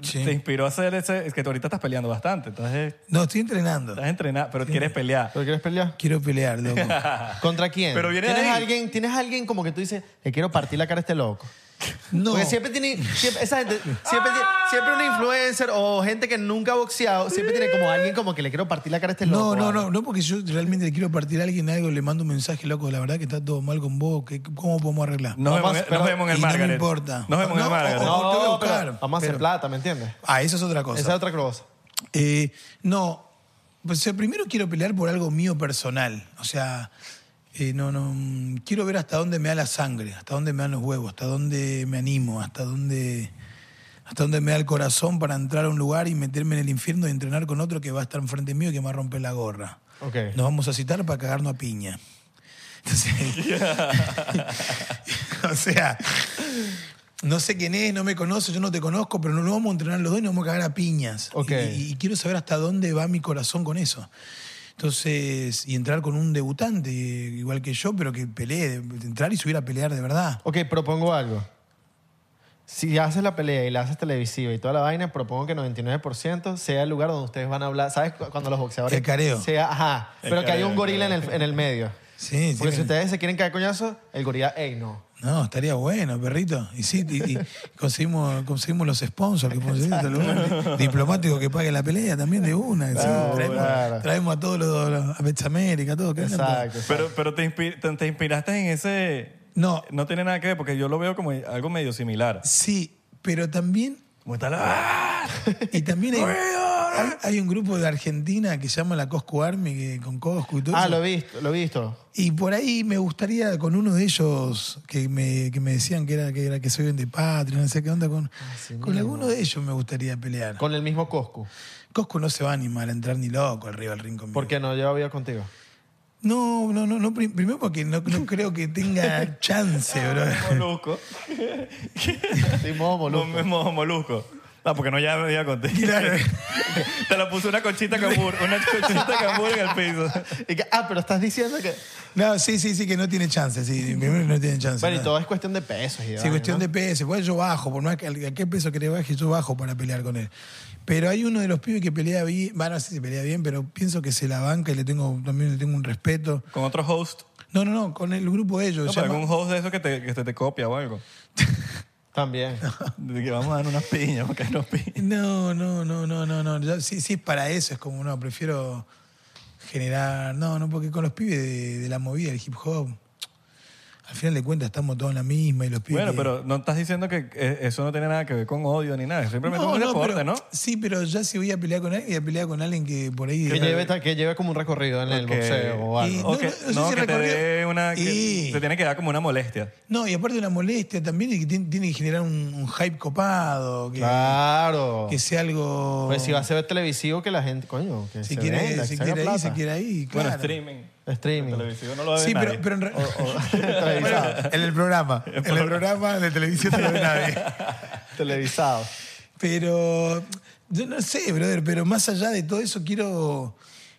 Sí.
Te inspiró a hacer ese, es que tú ahorita estás peleando bastante, estás,
No, estoy entrenando.
estás entrenado, pero quieres pelear.
¿Pero quieres pelear?
Quiero pelear, loco.
¿Contra quién?
Pero viene
¿Tienes
ahí.
alguien, tienes alguien como que tú dices, le quiero partir la cara a este loco.
No.
Porque siempre tiene, siempre, esa gente, siempre, tiene- siempre un influencer o gente que nunca ha boxeado, siempre tiene como alguien como que le quiero partir la cara a este
No,
loco.
no, no, no, porque yo realmente le quiero partir a alguien algo, le mando un mensaje, loco, la verdad que está todo mal con vos, que, ¿cómo podemos arreglar?
Nos,
No
vemos,
pasa-
en- nos
pero-
vemos en el
y no me
Margaret.
importa.
Nos vemos en
No,
el Margaret.
o- o-
No,
Te voy a
pero
buscar,
vamos a hacer
pero-
plata, ¿me entiendes?
Ah, esa es otra cosa.
Esa es otra cosa.
Eh, no, pues, o sea, primero quiero pelear por algo mío personal. O sea, eh, no, no, mm, quiero ver hasta dónde me da la sangre, hasta dónde me dan los huevos, hasta dónde me animo, hasta dónde, hasta dónde me da el corazón para entrar a un lugar y meterme en el infierno y entrenar con otro que va a estar enfrente mío y que me va a romper la gorra.
Ok.
Nos vamos a citar para cagarnos a piña. Entonces, o sea, no sé quién es, no me conoce, yo no te conozco, pero no lo vamos a entrenar los dos y nos vamos a cagar a piñas.
Ok.
Y, y quiero saber hasta dónde va mi corazón con eso. Entonces, y entrar con un debutante, igual que yo, pero que pelee, de- entrar y subir a pelear de verdad.
Ok, propongo algo. Si haces la pelea y la haces televisiva y toda la vaina, propongo que 99% sea el lugar donde ustedes van a hablar. ¿Sabes cu- cuando los boxeadores.
El careo.
Sea, ajá.
El
pero que haya
careo,
un
el
gorila en el, en el medio.
Sí, sí,
Porque si
bien.
ustedes se quieren caer coñazo, el gorila, ey, no.
No, estaría bueno, perrito. Y sí, y- y conseguimos, conseguimos los sponsors que conseguimos este lugar. Diplomáticos que paguen la pelea también de una. sí.
Claro,
traemos,
claro.
traemos a todos los, los- a Pech América, todo. que vengan todos.
Exacto.
Pero, pero te, inspi- te- te inspiraste en ese...
No.
No tiene nada que ver, porque yo lo veo como algo medio similar. ¡ah!
Sí, pero también,
¿Cómo está la...?
y también hay, hay, hay un grupo de Argentina que se llama la Coscu Army, que- con Coscu y todo
Ah,
eso.
lo he visto, lo he visto.
Y por ahí me gustaría con uno de ellos que me, que me decían que era que era que soy bien de patria, no sé qué onda con,
Ah, sí,
con alguno de ellos me gustaría pelear.
Con el mismo Coscu.
Coscu no se va a animar a entrar ni loco al Rival Ring conmigo.
Porque no lleva vida contigo.
No, no, no, no, prim- primero porque no, no creo que tenga chance, bro.
Molusco.
Sí, modo molusco.
Mo- mo- molusco. Ah, porque no ya me iba contigo.
Claro.
Te lo puso una conchita cambur, una conchita cambur en el piso.
Y que, ah, pero estás diciendo que.
No, sí, sí, sí, que no tiene chance, sí, primero que no tiene chance.
Bueno, y
nada.
todo es cuestión de pesos. Y
Sí, cuestión de peso. Igual yo bajo, por más que a qué peso que le baje, yo bajo para pelear con él. Pero hay uno de los pibes que pelea bien, bueno, no sé si pelea bien, pero pienso que se la banca y le tengo, también le tengo un respeto.
Con otro host.
No, no, no, con el grupo de ellos.
No,
se
pero
llama-
algún host de esos que te, que te, te copia o algo.
También.
De que vamos a dar unas piñas, porque no piñas.
No, no, no, no, no, no. Yo- sí, sí, es para eso, es como, no, prefiero generar. No, no, porque con los pibes de, de la movida, del hip hop, al final de cuentas estamos todos en la misma y los pibes.
Bueno,
que-
pero no estás diciendo que eh, eso no tiene nada que ver con odio ni nada. Es simplemente
No,
un
no,
deporte,
pero-
¿no?
Sí, pero ya si voy a pelear con alguien, voy a pelear con alguien que por ahí.
Que lleve, ta- que lleve como un recorrido en el
Que-
boxeo o algo.
Y-
o que-
no, no, no sé
no,
si
que te
recorrió-
dé una... que
Y-
Te tiene que dar como una molestia.
No, y aparte una molestia también y que tiene, tiene que generar un, un hype copado, que,
Claro.
que sea algo...
Pues si va a ser televisivo, que la gente, coño, que
si
se
quiere,
venda,
si
que se haga
quiere ahí,
plata.
si quiere ahí, claro.
Bueno, streaming.
Streaming.
Televisivo no lo ve
Sí,
nadie.
pero, pero en re-
televisado.
en el programa, en el programa de televisión no lo ve nadie.
televisado.
Pero yo no sé, brother, pero más allá de todo eso quiero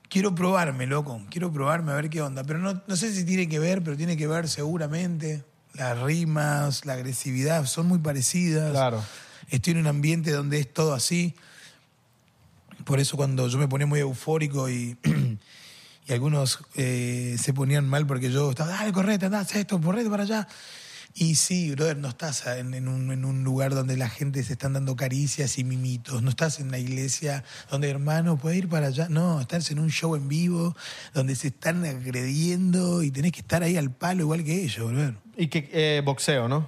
quiero probarme, loco, quiero probarme a ver qué onda, pero no, no sé si tiene que ver, pero tiene que ver seguramente. Las rimas, la agresividad son muy parecidas.
Claro.
Estoy en un ambiente donde es todo así. Por eso cuando yo me ponía muy eufórico y y algunos eh, se ponían mal porque yo estaba, dale, correte, andá, haz esto, correte para allá. Y sí, brother, no estás en, en un, en un lugar donde la gente se están dando caricias y mimitos. No estás en la iglesia donde, hermano, puede ir para allá. No, estás en un show en vivo donde se están agrediendo y tenés que estar ahí al palo igual que ellos, brother.
Y que eh, boxeo, ¿no?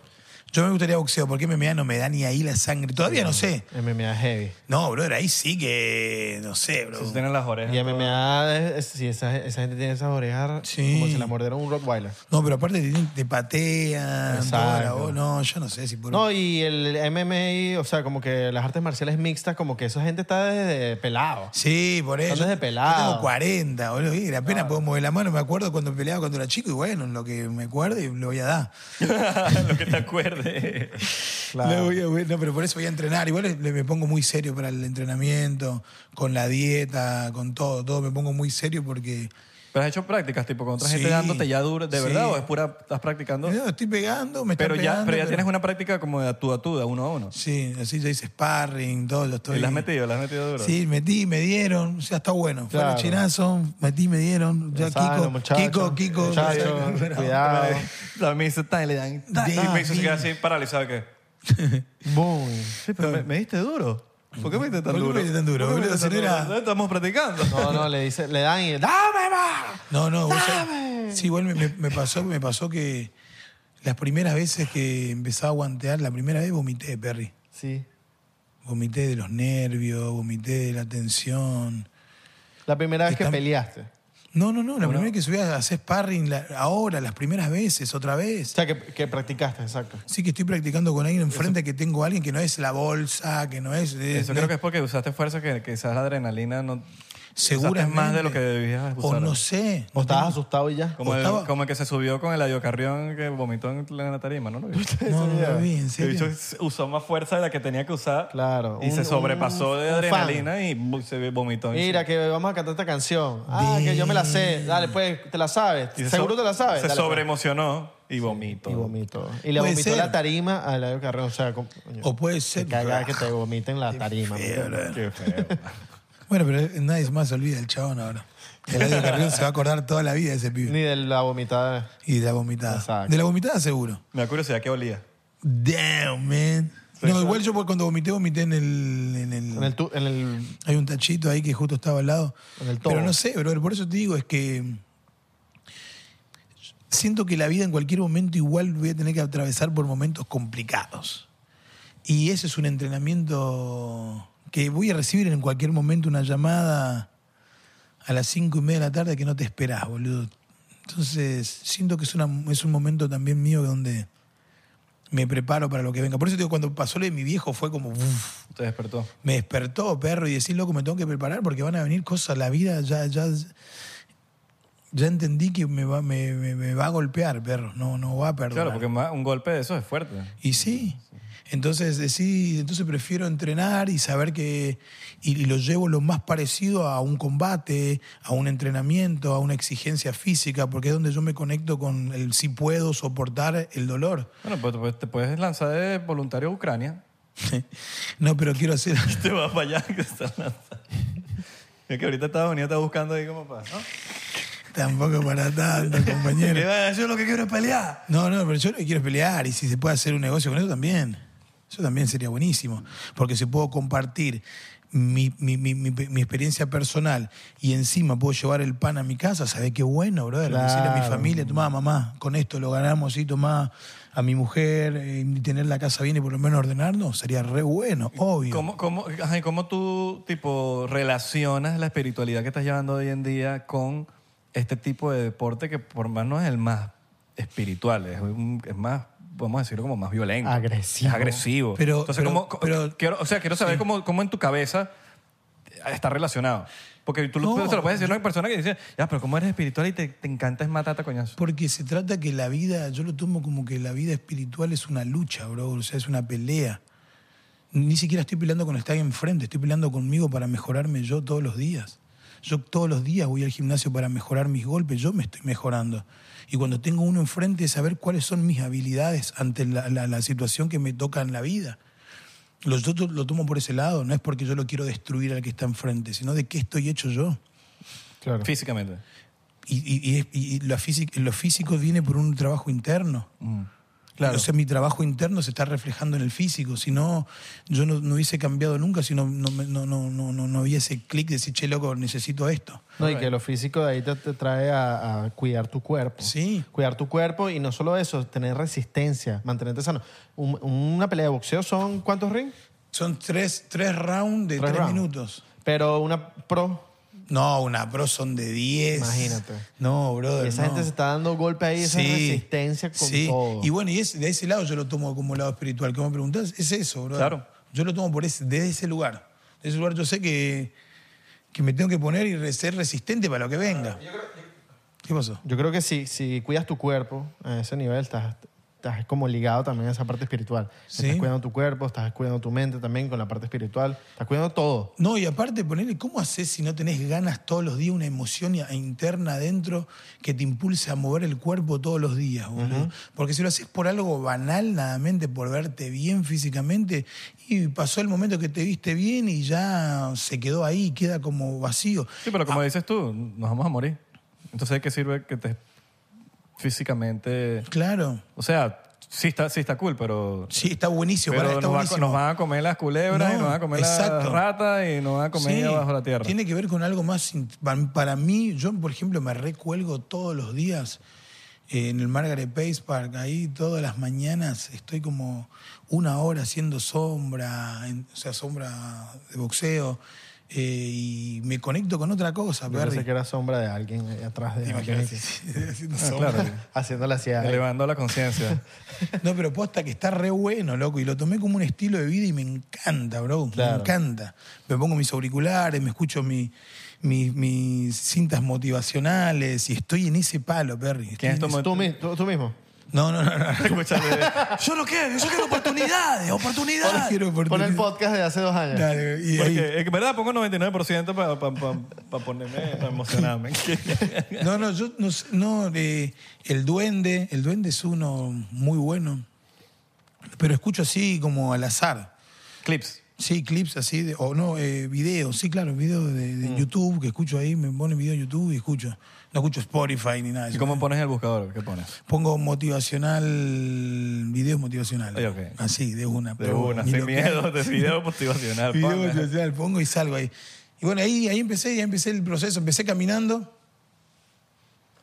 Yo me gustaría boxeo porque MMA no me da ni ahí la sangre. Todavía no sé.
MMA heavy.
No, brother, ahí sí que. No sé, bro.
Se tienen las orejas.
Y
todas.
MMA, es- es- si esa, esa gente tiene esas orejas,
Sí.
como si la mordiera un Rottweiler.
No, pero aparte te, te patean.
Exacto.
toda la voz. No, yo no sé si por.
No, y el MMA, o sea, como que las artes marciales mixtas, como que esa gente está desde pelado.
Sí, por eso.
Andas de
Yo
pelado.
tengo 40, boludo. Y apenas puedo mover la mano. Me acuerdo cuando peleaba cuando era chico. Y bueno, lo que me acuerde lo voy a dar.
Lo que te acuerdes.
Claro.
Lo voy a- no, pero por eso voy a entrenar. Igual le- me pongo muy serio para el entrenamiento, con la dieta, con todo. Todo me pongo muy serio porque.
Pero has hecho prácticas, tipo, con otra gente
Sí.
dándote ya duro, ¿de
Sí.
verdad? ¿O es pura, estás practicando?
No, estoy pegando, me
Pero
están
ya,
pegando,
pero ya tienes una práctica como de a tú a tú, de uno a uno.
Sí, así ya hice sparring, todo. Yo estoy...
Y la has metido, la has metido duro.
Sí, metí, me dieron, o sea, está bueno. Fue
Claro.
el chinazo, metí, me dieron. Ya
Sano,
Kiko,
muchacho.
Kiko, Kiko,
Muchacho,
Pero-
cuidado.
A mí se está y le dan.
Da-
Y
da-
me hizo
da-
quedar así paralizado que.
Boom.
Sí, pero me, me diste duro. ¿Por qué me diste tan
¿Por qué
duro?
me diste tan duro,
¿Por qué me
boludo?
diste tan
Si no
duro?
era-
No Estamos practicando.
No, no, le, dice, le dan y ¡Dame más!
No, no, vos sabés- sí, igual me, me- me pasó, me pasó que las primeras veces que empezaba a guantear, la primera vez vomité, Perry.
Sí.
Vomité de los nervios, vomité de la tensión.
La primera vez que
Están-
peleaste. O
No, no, no, la primera vez que subí a hacer sparring, la- ahora, las primeras veces, otra vez.
sea, que, que practicaste, exacto.
Sí que estoy practicando con alguien enfrente, que tengo a alguien que no es la bolsa, que no es...
Eso creo que es porque usaste fuerza que quizás la adrenalina no.
Seguramente.
usaste más de lo que debías usar.
O no sé.
¿O estabas asustado y ya?
Como el,
estaba-
como el que se subió con el adiocarrión que vomitó en la tarima, ¿no? ¿Lo viste?
No, no lo vi, en
El bicho
serio.
usó más fuerza de la que tenía que usar.
Claro,
Y
un-
se sobrepasó de
un- un fan.
adrenalina y bu- se vomitó.
Mira,
encima.
que vamos a cantar esta canción. Ah, que yo me la sé. Dale, pues, te la sabes.
Y se
Seguro
so-
te la sabes.
Se
Dale, pues.
sobreemocionó y vomitó.
Y vomitó. Y le
Puede
vomitó
ser.
la tarima a Eladio Carrera. O sea, como- coño,
O puede ser.
Qué cagada que te vomiten la tarima. man.
Qué feo.
Bueno, pero nadie más se olvida el chabón ahora. El Eladio Carrión se va a acordar toda la vida de ese pibe.
Ni de la vomitada.
Y de la vomitada.
Exacto.
De la vomitada seguro.
Me da curiosidad que olía.
Damn, man. No, igual yo cuando vomité, vomité en el... En el,
En el, tu- en el
Hay un tachito ahí que justo estaba al lado.
En el
Pero
tobo.
no sé, brother, por eso te digo, es que siento que la vida en cualquier momento igual voy a tener que atravesar por momentos complicados. Y ese es un entrenamiento que voy a recibir en cualquier momento una llamada a las cinco y media de la tarde que no te esperás, boludo. Entonces, siento que es, una, es un momento también mío donde me preparo para lo que venga. Por eso te digo, cuando pasó lo de mi viejo fue como... uf,
Te despertó.
me despertó, perro, y decir, loco, me tengo que preparar porque van a venir cosas, la vida ya, ya, ya entendí que me va, me, me- me va a golpear, perro, no, no va a perdonar.
Claro, porque ma- un golpe de eso es fuerte.
Y sí. Entonces decí, entonces prefiero entrenar y saber que y, y lo llevo lo más parecido a un combate, a un entrenamiento, a una exigencia física, porque es donde yo me conecto con el si puedo soportar el dolor.
Bueno, pues, pues, te puedes lanzar de voluntario a Ucrania.
No, pero quiero hacer
Te vas para allá que está lanzando. Es que ahorita Estados Unidos está buscando ahí como para. ¿no?
tampoco para tanto, compañero.
Yo lo que quiero es pelear.
No, no, pero yo lo que quiero es pelear y si se puede hacer un negocio con eso también. Eso también sería buenísimo. Porque si puedo compartir mi, mi- mi- mi- mi experiencia personal y encima puedo llevar el pan a mi casa, ¿sabes qué bueno, brother? Decirle a mi
Claro.
familia, tomá, mamá, con esto lo ganamos, sí, tomá a mi mujer, eh, y tener la casa bien y por lo menos ordenarnos, sería re bueno, obvio.
¿Cómo, cómo, ajá, ¿y cómo tú tipo, relacionas la espiritualidad que estás llevando hoy en día con este tipo de deporte que por más no es el más espiritual, es, un- es más, podemos decirlo como más violento.
Agresivo.
Es agresivo.
Pero-
Entonces,
pero-
¿cómo- cómo-
pero-
quiero, o sea, quiero saber cómo, cómo en tu cabeza está relacionado. Porque tú lo-
No.
se lo puedes decir a una persona que dice, ya, pero como eres espiritual y te, te encanta es matata coñazo.
Porque se trata que la vida, yo lo tomo como que la vida espiritual es una lucha, bro, o sea, es una pelea. Ni siquiera estoy peleando con estar enfrente, estoy peleando conmigo para mejorarme yo todos los días. Yo todos los días voy al gimnasio para mejorar mis golpes, yo me estoy mejorando. Y cuando tengo uno enfrente, saber cuáles son mis habilidades ante la, la- la situación que me toca en la vida. Lo, yo to- lo tomo por ese lado, no es porque yo lo quiero destruir al que está enfrente, sino de qué estoy hecho yo.
Claro.
físicamente.
Y, y- y es- y- y la física- lo físico viene por un trabajo interno.
Claro.
Mm. O sea, mi trabajo interno se está reflejando en el físico. Si no, yo no, no hubiese cambiado nunca, si no, no, me- no, no, no, no, no había ese clic de decir, che, loco, necesito esto.
No, y que lo físico de ahí te, te trae a, a cuidar tu cuerpo.
Sí.
Cuidar tu cuerpo y no solo eso, tener resistencia, mantenerte sano. Un- una pelea de boxeo son cuántos rings?
Son tres, tres rounds de tres,
rounds.
minutos.
Pero una pro.
No, una pro son de 10.
Imagínate.
No, brother.
y esa
no.
gente se está dando golpe ahí, esa
Sí,
resistencia con
sí.
todo.
Y bueno, y es- de ese lado yo lo tomo como lado espiritual. que me preguntás? Es eso, brother.
Claro.
Yo lo tomo por ese, desde ese lugar. Desde ese lugar yo sé que, que me tengo que poner y re- ser resistente para lo que venga. ¿Qué pasó?
Yo creo que si, si cuidas tu cuerpo a ese nivel, estás, estás como ligado también a esa parte espiritual.
Sí.
Estás cuidando tu cuerpo, estás cuidando tu mente también con la parte espiritual. Estás cuidando todo.
No, y aparte, ponerle, ¿cómo haces si no tenés ganas todos los días, una emoción i- interna adentro que te impulse a mover el cuerpo todos los días, boludo? Porque si lo haces por algo banal, nadamente, por verte bien físicamente, y pasó el momento que te viste bien y ya se quedó ahí, queda como vacío.
Sí, pero como dices tú, nos vamos a morir. Entonces, ¿de ¿qué sirve que te físicamente...
Claro.
O sea, sí está, sí está cool, pero...
Sí, está buenísimo.
Pero
pará, está
nos, va-
buenísimo.
nos van a comer las culebras y
No,
nos van a comer las
exacto.
ratas y nos van a comer
Sí,
bajo la tierra.
Tiene que ver con algo más. in- pa- Para mí, yo, por ejemplo, me recuelgo todos los días eh, en el Margaret Pace Park. Ahí todas las mañanas estoy como una hora haciendo sombra, en- o sea, sombra de boxeo. eh, y me conecto con otra cosa,
Yo
Perry.
pensé que era sombra de alguien ahí atrás de alguien
Imagínate,
así,
haciendo
Ah,
sombra.
claro,
haciéndole así a-
elevando la conciencia.
No, pero posta que está re bueno, loco. Y lo tomé como un estilo de vida y me encanta, bro.
Claro.
Me encanta. Me pongo mis auriculares, me escucho mi- mi- mis cintas motivacionales y estoy en ese palo, Perry. Estoy
¿Quién es
en este
tu
ese-
¿Tú, mi- tú- tú mismo.
No, no, no. no.
Escúchale.
yo no quiero, yo quiero oportunidades, oportunidades. Quiero
Pon el
oportunidades.
podcast de hace dos años.
Claro, y ahí-
Porque, en verdad, pongo 99% para ponerme, para emocionarme.
No, no, yo no, sé, no eh, el duende, el duende es uno muy bueno, pero escucho así como al azar.
Clips.
Sí, clips así, de- o no, eh, videos, sí, claro, videos de,
Mm.
de YouTube que escucho ahí, me pone video en YouTube y escucho. No escucho Spotify ni nada. de
¿Y
eso.
cómo pones el buscador? ¿Qué pones?
Pongo motivacional, videos motivacionales.
Ay, ok.
Así, de una.
De
pero
una,
ni
sin
lo que-
miedo, de video motivacional.
video
ponga.
motivacional, pongo y salgo ahí. Y bueno, ahí, ahí empecé, ya empecé el proceso, empecé caminando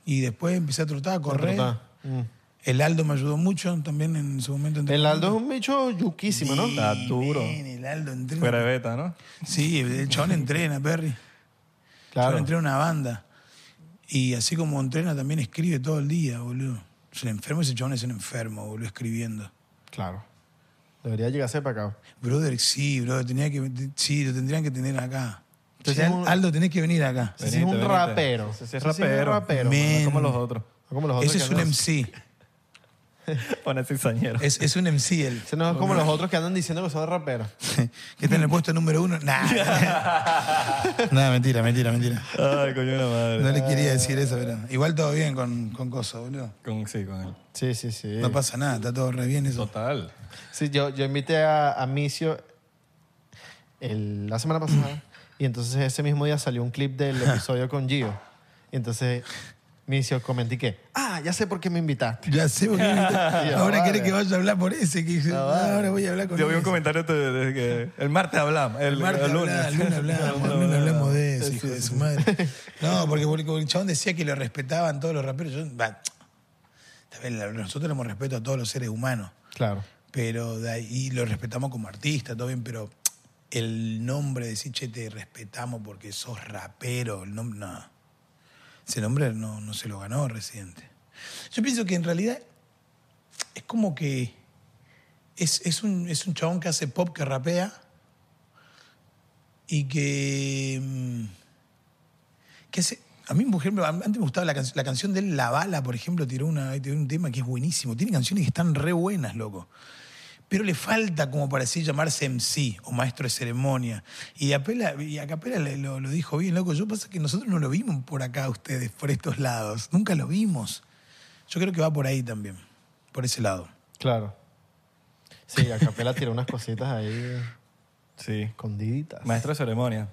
y después empecé a trotar, a correr.
Total. Mm.
El Aldo me ayudó mucho también en su momento.
El Aldo es un bicho yuquísimo, ¿no?
Está duro.
El Aldo entrena.
Fuera de beta, ¿no?
Sí, el chabón entrena, Perry. Yo
Claro.
entré a una banda. Y así como entrena, también escribe todo el día, boludo. Es un enfermo, ese chabón es un enfermo, boludo, escribiendo.
Claro. Debería llegarse para acá.
Brother, sí, brother, tenía que, sí, lo tendrían que tener acá.
Entonces,
Che,
un-
Aldo, tenés que venir acá.
Ese sí es un
Venite, venite.
rapero.
Ese sí es
Ese sí es
rapero.
rapero,
No
man.
como los otros.
No como los otros
Ese
que
es un
andan-
MC.
Pone cizañero.
Es, es un MC él.
Ese no es como los otros que andan diciendo que son raperos.
que está en el puesto número uno. Nah. Nada, mentira, mentira, mentira.
Ay, coño de la madre.
No le quería decir eso, pero. Igual todo bien con, con Coso, boludo.
Con, sí, con él.
Sí, sí, sí.
No pasa nada, está todo re bien eso.
Total.
Sí, yo, yo invité a, a Micio el- la semana pasada y entonces ese mismo día salió un clip del episodio con Gio. Y entonces Micio comenté que, ah, ya sé por qué me invitaste.
Ya sé, porque
Sí,
ahora
vale.
querés que vaya a hablar por ese. Que
No, vale.
ahora voy a hablar con
Yo vi un
ese.
comentario de, de que el martes hablamos. El,
El martes
el lunes.
hablá, el lunes hablamos, el lunes hablamos de eso, hijo de su madre. No, porque, porque el chabón decía que lo respetaban todos los raperos. Yo, va, también la- nosotros tenemos respeto a todos los seres humanos,
Claro.
pero de ahí- y lo respetamos como artista, todo bien, pero el nombre de decir, che, te respetamos porque sos rapero, el nombre, no. Ese nombre no, no se lo ganó Residente. Yo pienso que en realidad es como que es, es un, es un chabón que hace pop, que rapea y que... mm, que hace, a mí, por ejemplo, an- antes me gustaba la, can- la canción de él, La Bala, por ejemplo, tiró, una, tiró un tema que es buenísimo. Tiene canciones que están re buenas, loco. Pero le falta como para así llamarse MC o maestro de ceremonia. Y Apela, y Acapela le- lo, lo dijo bien, loco. Yo pasa que nosotros no lo vimos por acá ustedes, por estos lados. Nunca lo vimos. Yo creo que va por ahí también, por ese lado.
Claro. Sí, a Capela tiró unas cositas ahí
Sí.
escondiditas.
Maestro de ceremonia.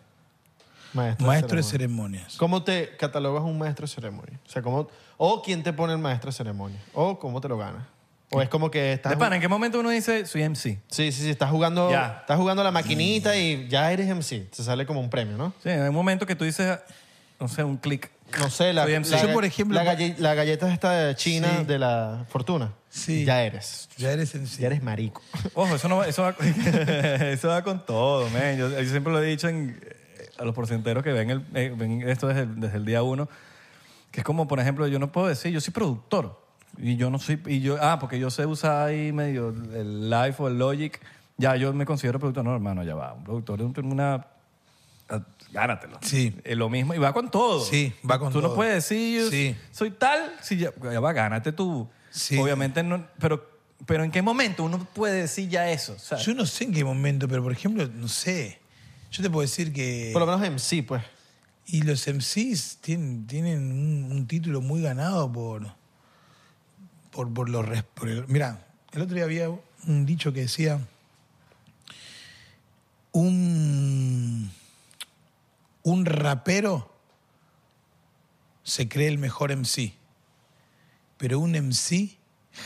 Maestro de
Maestro de
ceremonias.
ceremonias.
¿Cómo te catalogas un maestro de ceremonia? O sea, ¿cómo, o quién te pone el maestro de ceremonia, o cómo te lo ganas. O es como que estás...
De pana, ¿en qué momento uno dice soy MC?
Sí, sí, sí, estás jugando,
Ya.
estás jugando la maquinita y ya eres MC. Te sale como un premio, ¿no?
Sí, hay un momento que tú dices, no sé, un clic.
No sé, la,
Soy
la,
MC.
ga-
Yo, por ejemplo,
la, galle- la galleta esta de China
Sí.
de la fortuna.
Sí.
Ya eres.
Ya eres en sí.
Ya eres marico.
Ojo, eso, no va, eso, va, eso va con todo, man. Yo, yo siempre lo he dicho en- a los porcenteros que ven, el- eh, ven esto desde, el- desde el día uno, que es como, por ejemplo, yo no puedo decir, yo soy productor. Y yo no soy, y yo, ah, porque yo sé usar ahí medio el Live o el Logic, ya yo me considero productor. No, hermano, ya va. Un productor es un- una... ah, Gánatelo.
Sí.
Es lo mismo. Y va con todo.
Sí, va con
Tú no
todo.
puedes decir, yo
Sí.
soy tal, si ya, ya va, gánate tú.
Sí.
Obviamente, no, pero, pero ¿en qué momento uno puede decir ya eso? O sea,
Yo no sé en qué momento, pero por ejemplo, no sé. Yo te puedo decir que.
Por lo menos MC, pues.
Y los MCs tienen, tienen un, un título muy ganado por. por, por los. res- por el- mirá, el otro día había un dicho que decía. Un. Un rapero se cree el mejor MC. Pero un MC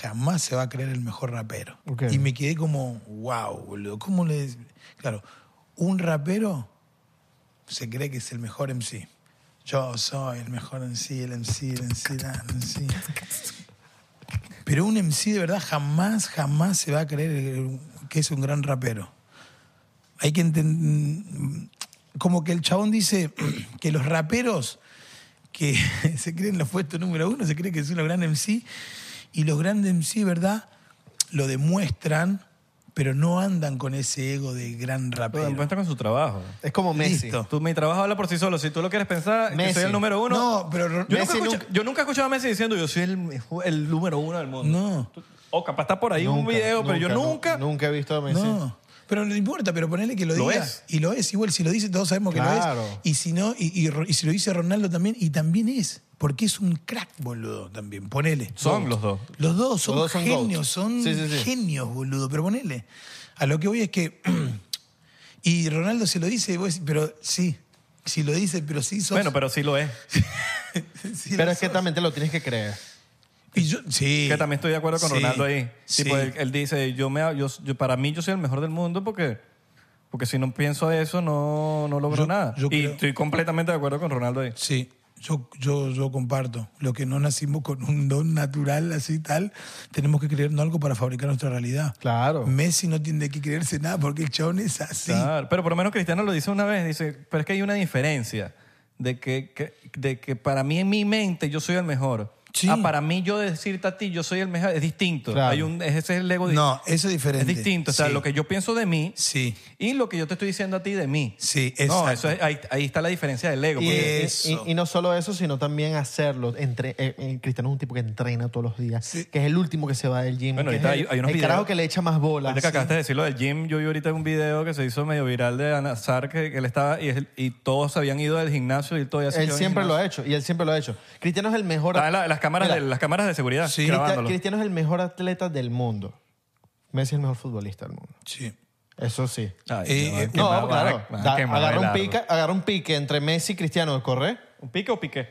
jamás se va a creer el mejor rapero.
Ok.
Y me quedé como, wow, boludo. ¿Cómo le.? Claro, un rapero se cree que es el mejor MC. Yo soy el mejor MC, el MC, el MC, el MC. Pero un MC de verdad jamás, jamás se va a creer que es un gran rapero. Hay que entender. Como que el chabón dice que los raperos que se creen los puestos número uno, se cree que son los grandes MC, y los grandes MC, ¿verdad? Lo demuestran, pero no andan con ese ego de gran
lo
rapero.
encuentra con su trabajo.
Es como Messi.
Listo.
Tú, mi trabajo habla por sí solo. Si tú lo quieres pensar, que
Messi.
soy el número uno.
No, pero
yo,
Messi
nunca he escucha-
nunca-
yo nunca he escuchado a Messi diciendo yo soy el, mejor- el número uno del mundo.
No.
O capaz está por ahí un video, pero yo
nu-
nunca.
Nunca he visto a Messi.
No, pero no importa, pero ponele que lo,
Lo
diga.
es.
Y lo es, igual, si lo dice, todos sabemos que lo es.
Claro.
Y si no, y, y Ro- y si lo dice Ronaldo también, y también es, porque es un crack, boludo, también, ponele.
Son los dos.
Los dos son
Los dos son
genios,
goats.
son
Sí, sí, sí.
genios, boludo, pero ponele. A lo que voy es que. y Ronaldo se lo dice, y vos decís, pero sí. Si lo dice, pero sí sos.
Bueno, pero sí lo es.
sí lo
Pero es que
sos.
también te lo tienes que creer.
Y yo- sí.
Que también estoy de acuerdo con
Sí,
Ronaldo ahí.
sí.
Tipo, él, él dice, yo me, yo, yo- para mí yo soy el mejor del mundo porque, porque si no pienso eso no, no logro
Yo-
nada.
yo
y
creo-
estoy completamente de acuerdo con Ronaldo ahí.
Sí, yo, yo, yo comparto. Los que no nacimos con un don natural así tal, tenemos que creernos algo para fabricar nuestra realidad.
Claro.
Messi no tiene que creerse nada porque el chabón es así.
Claro, pero por lo menos Cristiano lo dice una vez, dice, pero es que hay una diferencia de que, que- de que para mí en mi mente yo soy el mejor.
Sí.
Ah, para mí yo decirte a ti yo soy el mejor es distinto.
Claro.
Hay un, ese es el ego. di-
No, eso es
es
diferente.
distinto. O sea,
Sí.
lo que yo pienso de mí
Sí,
y lo que yo te estoy diciendo a ti de mí.
sí,
No,
exacto.
eso es- ahí, ahí está la diferencia del ego.
Y,
porque-
y-
Eso.
y- y no solo eso, sino también hacerlo. Entre, eh, eh, Cristiano es un tipo que entrena todos los días,
Sí.
que es el último que se va del gym.
Bueno,
que es
ahorita
el,
hay- hay unos
el
videos.
carajo que le echa más bolas.
Ahorita que acabaste de decirlo del gym, yo vi ahorita un video que se hizo medio viral de Anazar, que él estaba y, él- y todos se habían ido del gimnasio y él todavía se
Él
quedó en el
siempre lo
gimnasio.
ha hecho, y él siempre lo ha hecho. Cristiano es el mejor.
Ah, la- las, cámaras
Mira,
de, las cámaras de seguridad
Sí.
Cristi-
grabándolo.
Cristiano es el mejor atleta del mundo. Messi es el mejor futbolista del mundo.
Sí.
Eso sí.
Ay,
Eh,
ya van
eh,
a
No,
quemar- van a-
claro.
van a
Da-
quemar
agarra, un
Abelardo.
pique, agarra un pique entre Messi y Cristiano, ¿corre?
¿Un pique o pique?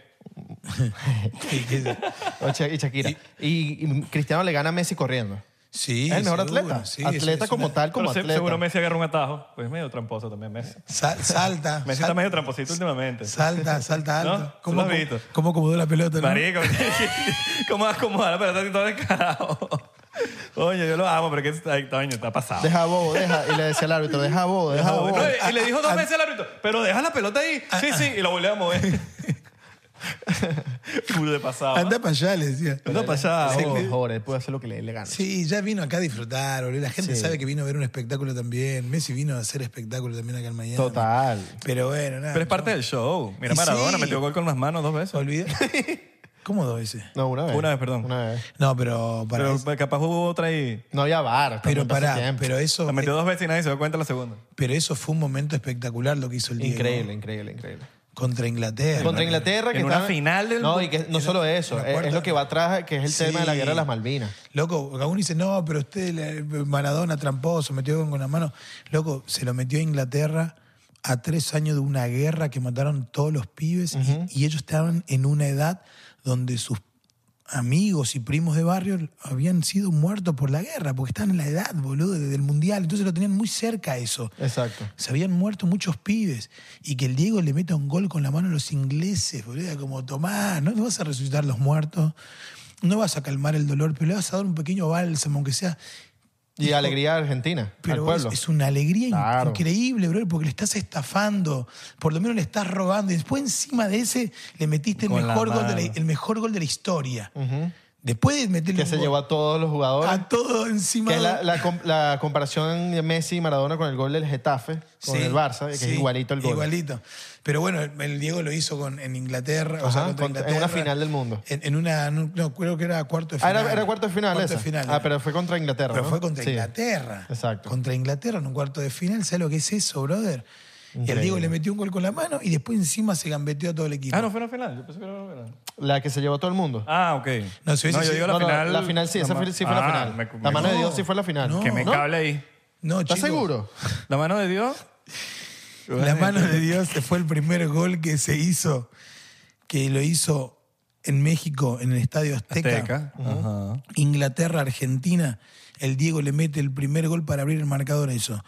Sí, que-
O Sha- y Shakira. Y, y Cristiano le gana a Messi corriendo.
sí,
es el mejor
seguro,
atleta.
sí, eso
atleta
es
como
una-
tal, como
Pero se-
atleta.
seguro Messi agarra un atajo. Pues medio tramposo también Messi.
Sa- salta.
Messi está
sal-
medio tramposito últimamente.
Salta, salta
¿No?
alto.
Tú lo has visto.
cómo acomodó la pelota? no?
Marico, ¿cómo vas a acomodar la pelota y todo descarado? Oye, yo lo amo, pero que ay, coño, está pasado.
Deja bobo, deja. Y le decía al árbitro, deja bobo, deja Ah, bobo.
No, y- y le dijo dos veces al árbitro, pero deja la pelota ahí.
Ah,
Sí, sí, y la volví a mover. Puro de pasado.
Anda para allá, le decía.
Anda para allá.
Sí,
vos.
mejor, él puede hacer lo que le, le gana.
Sí, ya vino acá a disfrutar, boludo. La gente
Sí.
sabe que vino a ver un espectáculo también. Messi vino a hacer espectáculo también acá en Miami.
Total.
Pero bueno, nada.
Pero es parte del show. Mira,
Y
Maradona
sí.
metió gol con las manos dos veces.
Olvida. ¿Cómo dos veces?
No, una vez.
Una vez, perdón.
Una vez.
No, pero para
Pero
eso-
capaz hubo otra y
No había bar.
pero
también pasó
pará,
tiempo.
pero eso,
la metió dos veces y nadie se dio cuenta la segunda.
pero eso fue un momento espectacular lo que hizo el Diego
Increíble, increíble, increíble.
contra Inglaterra.
Contra Inglaterra.
En
Que
una
estaban-
final del-
No, y que no solo eso.
la
Es,
cuarta-
es lo que va atrás, que es el
Sí.
tema de la guerra de las Malvinas.
Loco, aún dice, no, pero usted, la- Maradona tramposo, metió con, con la mano. Loco, se lo metió a Inglaterra a tres años de una guerra que mataron todos los pibes y- y, ellos estaban en una edad donde sus amigos y primos de barrio habían sido muertos por la guerra, porque estaban en la edad, boludo, desde el mundial, entonces lo tenían muy cerca a eso.
Exacto.
Se habían muerto muchos pibes y que el Diego le meta un gol con la mano a los ingleses, boludo, era como Tomás, no vas a resucitar los muertos, no vas a calmar el dolor, pero le vas a dar un pequeño bálsamo, aunque sea
Y alegría argentina, al
pero es,
pueblo.
es una alegría in-
Claro.
increíble, bro, porque le estás estafando, por lo menos le estás robando. Y después encima de ese le metiste el
Con la
mejor, gol de la,
mano.
el mejor gol de la historia.
Ujú.
Después de meterle
Que
un
se
gol Ah,
llevó a todos los jugadores.
a todo encima.
Que es la,
de-
la com- la comparación de Messi y Maradona con el gol del Getafe, con
Sí,
el Barça, que
sí,
es igualito el gol.
Igualito. Pero bueno, el- el Diego lo hizo con, en Inglaterra, o
Ajá,
sea, contra
contra- en
Inglaterra.
una final del mundo.
En, en una, no, creo que era cuarto de
Ah,
final.
era, era cuarto de final
Cuarto
esa.
de final
ah,
era.
pero fue contra Inglaterra.
Pero
¿no?
fue contra
Sí.
Inglaterra.
Exacto.
Contra Inglaterra en un cuarto de final. ¿Sabes lo que es eso, brother? Y el
Increíble.
Diego le metió un gol con la mano y después encima se gambeteó a todo el equipo.
Ah, no fue una final. Yo pensé que era una final.
La que se llevó a todo el mundo.
Ah, ok.
No, si hubiese
yo
sido-
digo la
No, no,
final.
la final sí, esa fue- sí fue la
Ah,
final.
me-
la
me-
mano de
no.
Dios sí fue la final.
No.
Que me
¿No?
cable ahí.
No,
¿Estás
chicos,
seguro?
La mano de Dios.
La mano de Dios fue el primer gol que se hizo, que lo hizo en México, en el Estadio Azteca.
Azteca. Ajá.
Inglaterra, Argentina. El Diego le mete el primer gol para abrir el marcador a eso.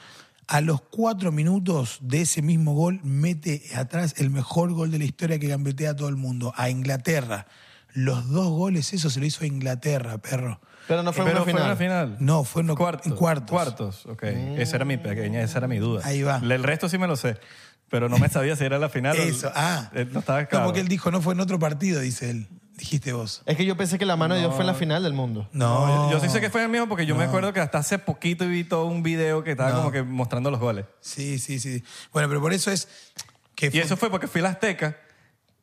A los cuatro minutos de ese mismo gol, mete atrás el mejor gol de la historia que gambetea a todo el mundo, a Inglaterra. Los dos goles, eso se lo hizo a Inglaterra, perro.
Pero no fue
Eh,
una
Pero fue
final. Mm.
una final.
No, fue en lo-
Cuartos.
en cuartos.
Cuartos, ok. Esa era mi pequeña, esa era mi duda.
Ahí va.
El resto sí me lo sé. Pero no me sabía si era la final. o el-
Eso, ah.
eh, No estaba
No,
claro.
porque él dijo, no fue en otro partido, dice él. Dijiste vos.
Es que yo pensé que la mano de Dios fue en la final del mundo.
No,
No, yo, yo sí sé que fue el mismo porque yo me acuerdo que hasta hace poquito vi todo un video que estaba como que mostrando los goles.
Sí, sí, sí. Bueno, pero por eso es que
Y eso fue porque fui a la Azteca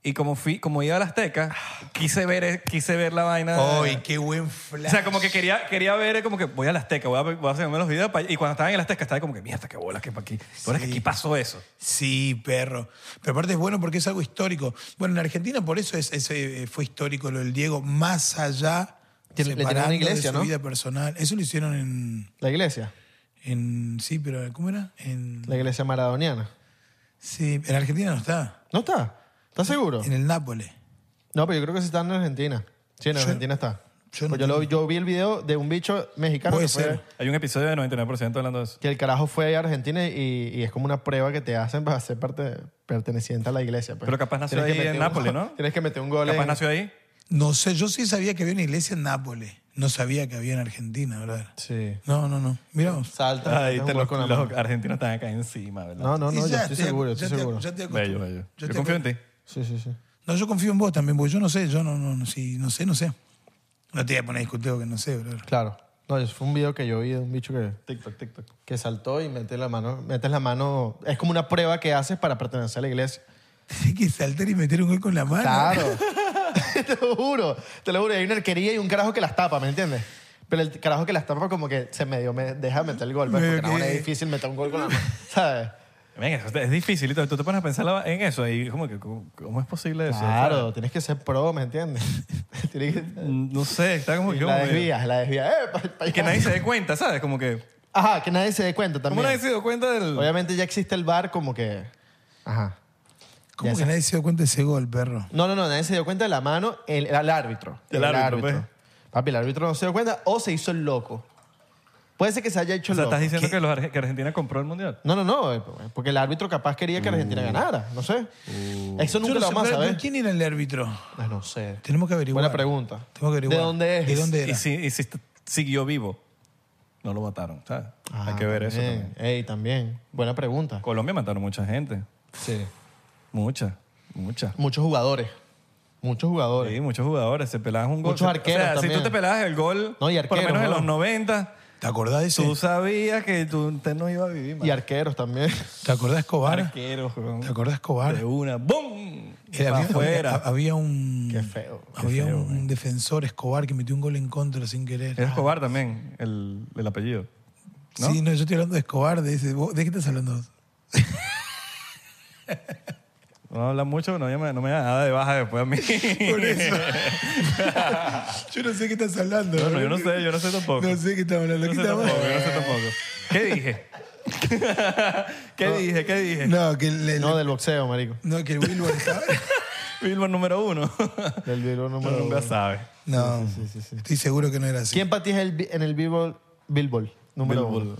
y como fui, como iba a la Azteca, quise ver, eh, quise ver la vaina.
¡Ay, Oh, qué buen
O
flash!
sea, como que quería, quería ver, eh, como que voy a la Azteca, voy a, ver- voy a hacerme los videos. pa' allá. y cuando estaba en la Azteca, estaba como que, mierda, qué bolas, que pa' aquí. Bolas que
Sí.
aquí pasó eso.
Sí, perro. Pero aparte es bueno porque es algo histórico. Bueno, en Argentina por eso es, es, eh, fue histórico lo del Diego, más allá
Tiene- le tiene una
separando de
iglesia,
su
¿no?
vida personal. Eso lo hicieron en,
La iglesia.
en- Sí, pero ¿cómo era? En,
La iglesia maradoniana.
sí, en Argentina no está.
¿No está? ¿Estás seguro?
En el Nápoles.
No, pero yo creo que sí está en Argentina. Sí, en Argentina está.
yo
Pues Yo,
no
lo- yo vi el video de un bicho mexicano
Puede
que, fue-
ser.
Hay un episodio de 99% hablando de eso.
que el carajo fue a Argentina y, y es como una prueba que te hacen para ser parte, perteneciente a la iglesia. pues.
Pero capaz nació
Tienes que
ahí en
meter un-
Nápoles, ¿no?
Tienes que meter un gol
Capaz
en-
nació ahí.
No sé, yo sí sabía que había una iglesia en Nápoles. No sabía que había en Argentina, ¿verdad?
Sí.
No, no, no. Miramos.
Salta.
Ahí
metes un
te
gol
los,
con la
los
mano.
argentinos están acá encima, ¿verdad?
No, no, no, yo estoy seguro, yo
yo
estoy seguro.
Ya te
Bello,
acostumbras.
bello.
Ya
Yo,
te
confío en ti.
Sí, sí, sí.
No, yo confío en vos también, porque yo no sé, yo no, no, no, sí, no sé, no sé. No te voy a poner a discutir porque no sé, bro.
Claro. No, eso fue un video que yo vi de un bicho que... TikTok, TikTok. Que saltó y mete la mano... Metes la mano... Es como una prueba que haces para pertenecer a la iglesia.
Hay que saltar y meter un gol con la mano.
Ah,
Claro. te lo juro, te lo juro. Hay una arquería y un carajo que las tapa, ¿me entiendes? Pero el carajo que las tapa como que se medio me deja meter el gol. pues,
Me
Porque no,
que-
es difícil meter un gol con la mano, ¿sabes?
Ven, eso es difícil. y todo. Tú te pones a pensar la- en eso y como que, ¿cómo, cómo es posible eso?
Claro, tienes que ser pro, ¿me entiendes? Tienes que...
Mm, No sé, está como que... como
La
medio-
desvías, la desvías. ¡Eh, pa- pa-
Y que nadie se dé cuenta, ¿sabes? Como que...
Ajá, que nadie se dé cuenta
¿Cómo
también.
nadie se dio cuenta del...?
Obviamente ya existe el bar como que... Ajá.
¿Cómo
Ya
que
sé.
nadie se dio cuenta de ese gol, perro?
No, no, no, nadie se dio cuenta de la mano, el, el árbitro.
El árbitro, pues.
Papi, el árbitro no se dio cuenta o se hizo el loco. Puede ser que se haya hecho
O
el
sea,
loco.
estás diciendo
¿Qué?
que, los Arge- que Argentina compró el mundial.
No, no, no, eh, porque el árbitro capaz quería que
Mm.
Argentina ganara, no sé.
Uh.
Eso
Yo
nunca
no
lo
sé,
vamos a
pero-
saber.
pero ¿Quién era el árbitro?
Ah, no sé.
Tenemos que averiguar.
Buena pregunta.
Tenemos que averiguar.
¿De dónde es?
¿De dónde era?
Y si, y si est- siguió vivo, no lo mataron, ¿sabes?
Ah,
Hay que ver eso
también.
también.
Ey, también. Buena pregunta.
Colombia mataron mucha gente.
Sí.
Mucha, mucha.
Muchos jugadores. Muchos jugadores.
Sí, muchos jugadores. Se pelaban un gol.
Muchos
Se-
arqueros
O sea,
también.
si tú te pelabas el gol,
No, y arqueros,
por lo menos
¿no?
en los 90,
¿Te acordás de ese?
tú sabías que tú, usted no iba a vivir más.
Y arqueros también.
¿Te acordás de Escobar?
Arqueros, weón.
¿Te acordás de
De
Escobar?
una. ¡Bum!
Era-
Pa'
había,
afuera.
había- había un.
Qué feo.
Había un defensor Escobar que metió un gol en contra sin querer. Ah,
Era Escobar también, el, el apellido. ¿no?
Sí, no, yo estoy hablando de Escobar, de ese. ¿vos- ¿De qué estás hablando vos?
No habla mucho, no, me, no me da nada de baja después a mí.
Por eso. yo no sé qué estás hablando.
Bueno, yo no sé, yo no sé tampoco.
No sé qué estás hablando.
Yo
¿Qué
no sé
estás
tampoco,
hablando?
yo no sé tampoco. ¿Qué dije? ¿Qué dije? ¿Qué dije?
No, que el, el-
No, del boxeo, marico.
no, que el Wilbur estaba-
Billboard número uno.
Del Billboard número
Uno
uno.
nunca sabe.
No, estoy seguro que no era así.
¿Quién para ti es el bi- en el Billboard, Billboard número uno?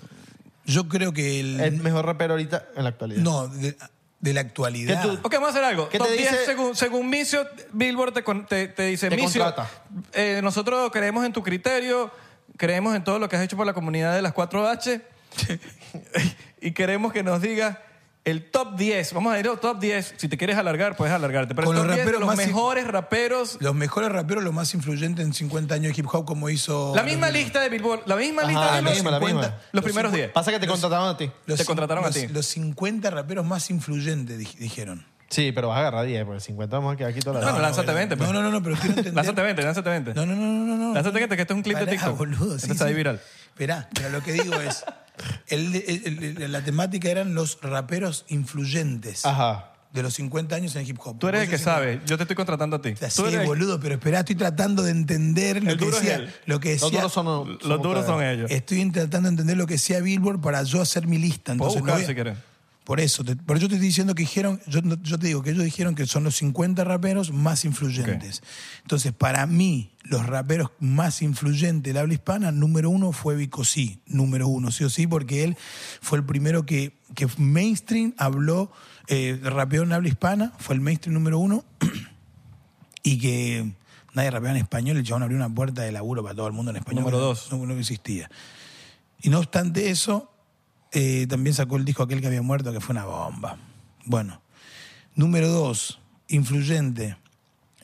Yo creo que el...
Eh,
El mejor rapero ahorita en la actualidad.
No, de, de la actualidad.
¿Qué tú-
Ok, vamos a hacer algo.
¿Qué
Top
te
10
dice?
según, según Micio, Billboard te, con- te, te dice,
Te
Micio,
contrata.
eh, nosotros creemos en tu criterio, creemos en todo lo que has hecho por la comunidad de las 4H y queremos que nos digas el top 10. Vamos a ir al top 10. Si te quieres alargar, puedes alargarte. Pero
Con
el
los
top 10 de
raperos
los
más-
mejores raperos...
Los mejores raperos, los más influyentes en 50 años de hip hop, como hizo...
La misma lista de Billboard, la misma
Ajá,
lista de
la
los,
misma, la
50,
misma.
los primeros 10.
Pasa que te contrataron a ti.
te contrataron a
los-
ti.
Los 50 raperos más influyentes, dij- dijeron.
Sí, pero vas a agarrar 10, porque 50 vamos a quedar aquí toda la
Bueno,
noche.
lánzate 20. pues.
No, no, no, no, pero quiero entender...
Lánzate 20, lánzate 20.
No, no, no, no, no.
Lánzate 20, que esto es un clip de
Pará,
TikTok.
boludo, sí,
Esto está ahí
sí.
viral.
Esperá, pero lo que digo es... el- el- el- la temática eran los raperos influyentes
Ajá.
de los 50 años en hip hop.
Tú eres
Vos
el que
decís-
sabe. Yo te estoy contratando a ti.
Pues Sí,
Tú eres el-
boludo, pero esperá, estoy tratando de entender lo
El
que
duro es
decía.
él.
Lo que decía
Los duros son, son
Los duros
ustedes.
son ellos.
Estoy tratando de entender lo que sea Billboard para yo hacer mi lista.
Puedo
Entonces, no
buscar
voy a-
si quieres.
Por eso, te- pero yo te estoy diciendo que dijeron, yo, no- yo te digo que ellos dijeron que son los 50 raperos más influyentes. Entonces, para mí, los raperos más influyentes del habla hispana, número uno fue Vico Sí, número uno, sí o sí, porque él fue el primero que, que mainstream habló, eh, rapeó en habla hispana, fue el mainstream número uno y que nadie rapeaba en español, el chabón abrió una puerta de laburo para todo el mundo en español.
Número
que no-
dos.
No, no existía. Y no obstante eso, eh, también sacó el disco aquel que había muerto, que fue una bomba. Bueno. Número dos, influyente.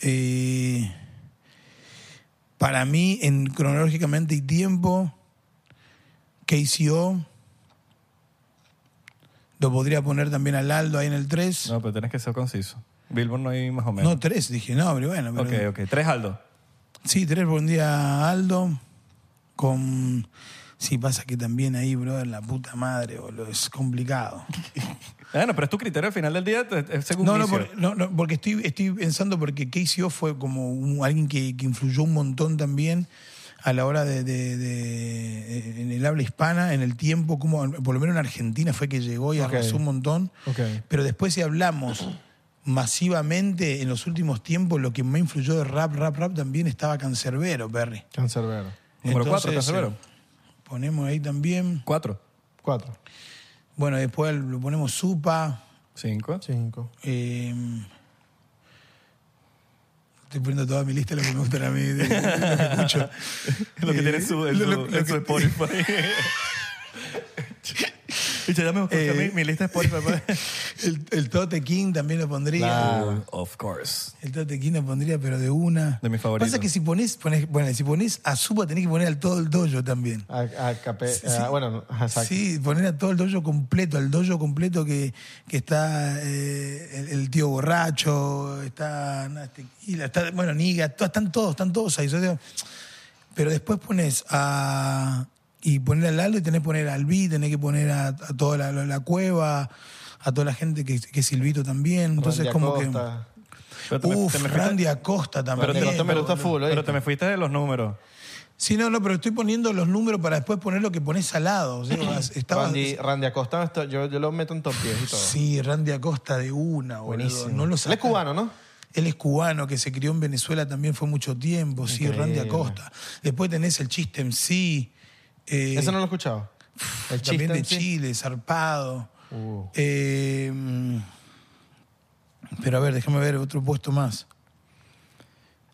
Eh, para mí, en cronológicamente y tiempo, KCO. Lo podría poner también al Aldo ahí en el 3.
No, pero tienes que ser conciso. Billboard no hay más o menos.
No, 3, dije, no, pero bueno. Pero,
ok, ok. Tres Aldo.
Sí, tres por un día Aldo. Con. Sí, pasa que también ahí, brother, la puta madre, boludo, es complicado.
Bueno, pero es tu criterio al final del día, te- es según
No, no,
Micio.
por- no, no, porque estoy, estoy pensando porque KCO fue como un- alguien que, que influyó un montón también a la hora de, de- de- eh, en el habla hispana, en el tiempo, como por lo menos en Argentina fue que llegó y arrasó un montón.
Ok.
Pero después si hablamos masivamente en los últimos tiempos, lo que me influyó de rap, rap, rap también estaba Cancerbero, Perry.
Cancerbero.
Número cuatro,
Entonces,
Cancerbero.
eh, Ponemos ahí también.
Cuatro.
Cuatro.
Bueno, después lo ponemos Supa.
Cinco.
Cinco.
eh, estoy poniendo toda mi lista de lo que me gustan a mí. de- de lo que escucho.
Lo que
Eh,
tiene en su, en
lo-
su,
lo- lo
en su
que-
Spotify. y ya me busqué
Eh.
mi, mi lista de Spotify. pues.
El, el Tote King también lo pondría. Ah.
Claro.
of course.
El Tote King lo pondría, pero de una.
De mis favoritos.
Pasa que si pones, pones- bueno, si pones a Supa tenés que poner al todo el dojo también.
A, a Capé-
Sí,
a-
sí.
bueno, no, ajá, exacto.
Sí, poner a todo el dojo completo, al dojo completo que, que está eh, el, el tío borracho, está, Nas Tequila, está bueno, Niga, to- están todos, están todos ahí. Yo digo, pero después pones a. Y poner al Aldo y tenés que poner al B, tenés que poner a, a toda la, la- la cueva, a toda la gente que, que es Silvito también. Entonces,
Randy
como
Acosta.
Pero
que.
te me-
Uf,
te me fuiste-
Randy Acosta también.
Randy Acosta me gusta full,
Pero
¿oíste?
te me fuiste de los números.
Sí, no, no, pero estoy poniendo los números para después poner lo que pones al lado. Digo, estaba-
Randy, Randy Acosta, esto- yo, yo lo meto en top 10 y todo.
Sí, Randy Acosta de una, boludo.
Buenísimo.
No lo
Él es
saca.
cubano, ¿no?
Él es cubano, que se crió en Venezuela también fue mucho tiempo, sí, Randy
Increíble.
Acosta. Después tenés el chiste en sí. eh,
Eso no lo he escuchado. El chiste
también de
en sí.
Chile, zarpado.
Uh.
Eh, mm, pero a ver, déjame ver otro puesto más.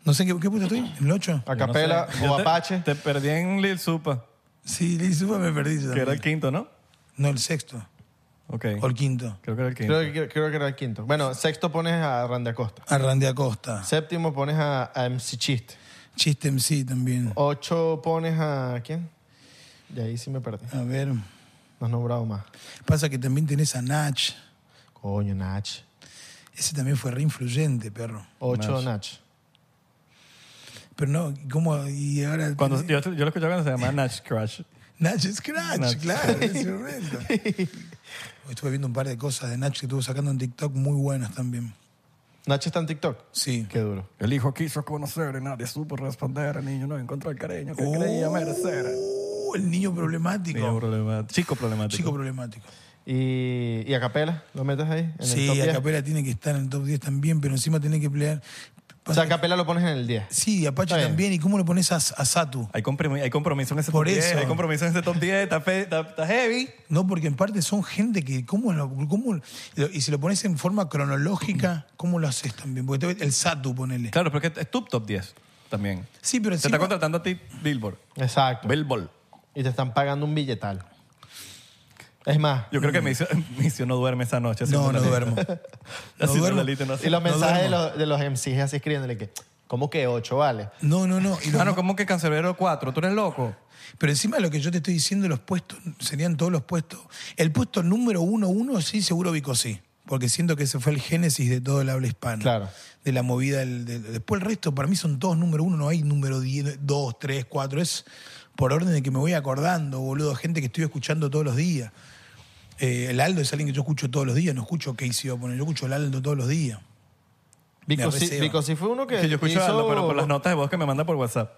No sé en qué, qué puesto estoy, ¿en el 8?
A capela,
Yo te-
Guapache.
Te perdí en Lil Supa,
Sí, Liz, supa, me perdí. yo
que era el
también.
quinto, ¿no?
No, el sexto
Ok.
o el quinto.
Creo que era el quinto.
Creo, que- creo que era el quinto. Bueno, sexto pones a Randy Acosta.
A Randy Acosta.
Séptimo pones a, a MC Chiste.
Chiste en sí también.
Ocho pones a. ¿Quién? Y ahí sí me perdí.
A ver.
No has nombrado más.
Pasa que también tenés a Nach.
Coño, Nach.
Ese también fue re influyente, perro.
Ocho, Nach.
Pero no, ¿cómo? Y ahora.
Cuando, yo, yo lo escuchaba cuando se llamaba Nash Crash.
Nach Scratch,
Nach.
claro, en ese momento. Hoy Estuve viendo un par de cosas de Nach que estuvo sacando en TikTok muy buenas también.
Nach está en TikTok.
Sí.
Qué duro.
El hijo quiso conocer y nadie supo responder. El niño no encontró el cariño que
Uh,
creía merecer.
Uh, el niño problemático.
Niño problemático. Chico problemático.
Chico problemático.
Y, y a capela, ¿lo metes ahí? En el top
Sí,
10?
Acapela tiene que estar en el top 10 también, pero encima tiene que pelear.
O sea, a capela lo pones en el 10.
Sí, Apache
Está bien.
también. ¿Y cómo le pones a, a Satu?
Hay, compromi- hay compromiso en ese
Por
top 10.
eso.
Hay compromiso en ese top 10. Está, fe- está- está heavy.
No, porque en parte son gente que, ¿cómo lo- cómo lo- y si lo pones en forma cronológica, ¿cómo lo haces también? Porque te- el Satu, ponele.
Claro, pero es que es tu top 10 también.
Sí, pero
Te
encima,
está contratando a ti Billboard.
Exacto.
Billboard.
Y te están pagando un billetal. Es más,
Yo creo que Micio, Micio no duerme esa noche. haciendo
No, no
la lista.
duermo. No
Haciendo
duermo.
la lista, no hace-
y los
no
mensajes de
duermo.
los, de los MCs así escribiéndole que, ¿cómo que 8 vale?
No, no, no. Y lo
Mano,
ma-
¿cómo que Cancerbero 4? ¿Tú eres loco?
Pero encima de lo que yo te estoy diciendo, los puestos, serían todos los puestos. El puesto número uno, uno, sí, seguro Vico sí. Porque siento que ese fue el génesis de todo el habla hispana.
Claro.
De la movida. del- del- después el resto, para mí son todos número uno, no hay número 10, 2, 3, 4. Es por orden de que me voy acordando, boludo. Gente que estoy escuchando todos los días. Eh, el Aldo es alguien que yo escucho todos los días. No escucho Casey a poner, yo escucho el Aldo todos los días.
Vico sí,
receba.
Vico sí fue uno que
Que yo escucho
hizo-
algo, pero por las notas de voz que me manda por WhatsApp.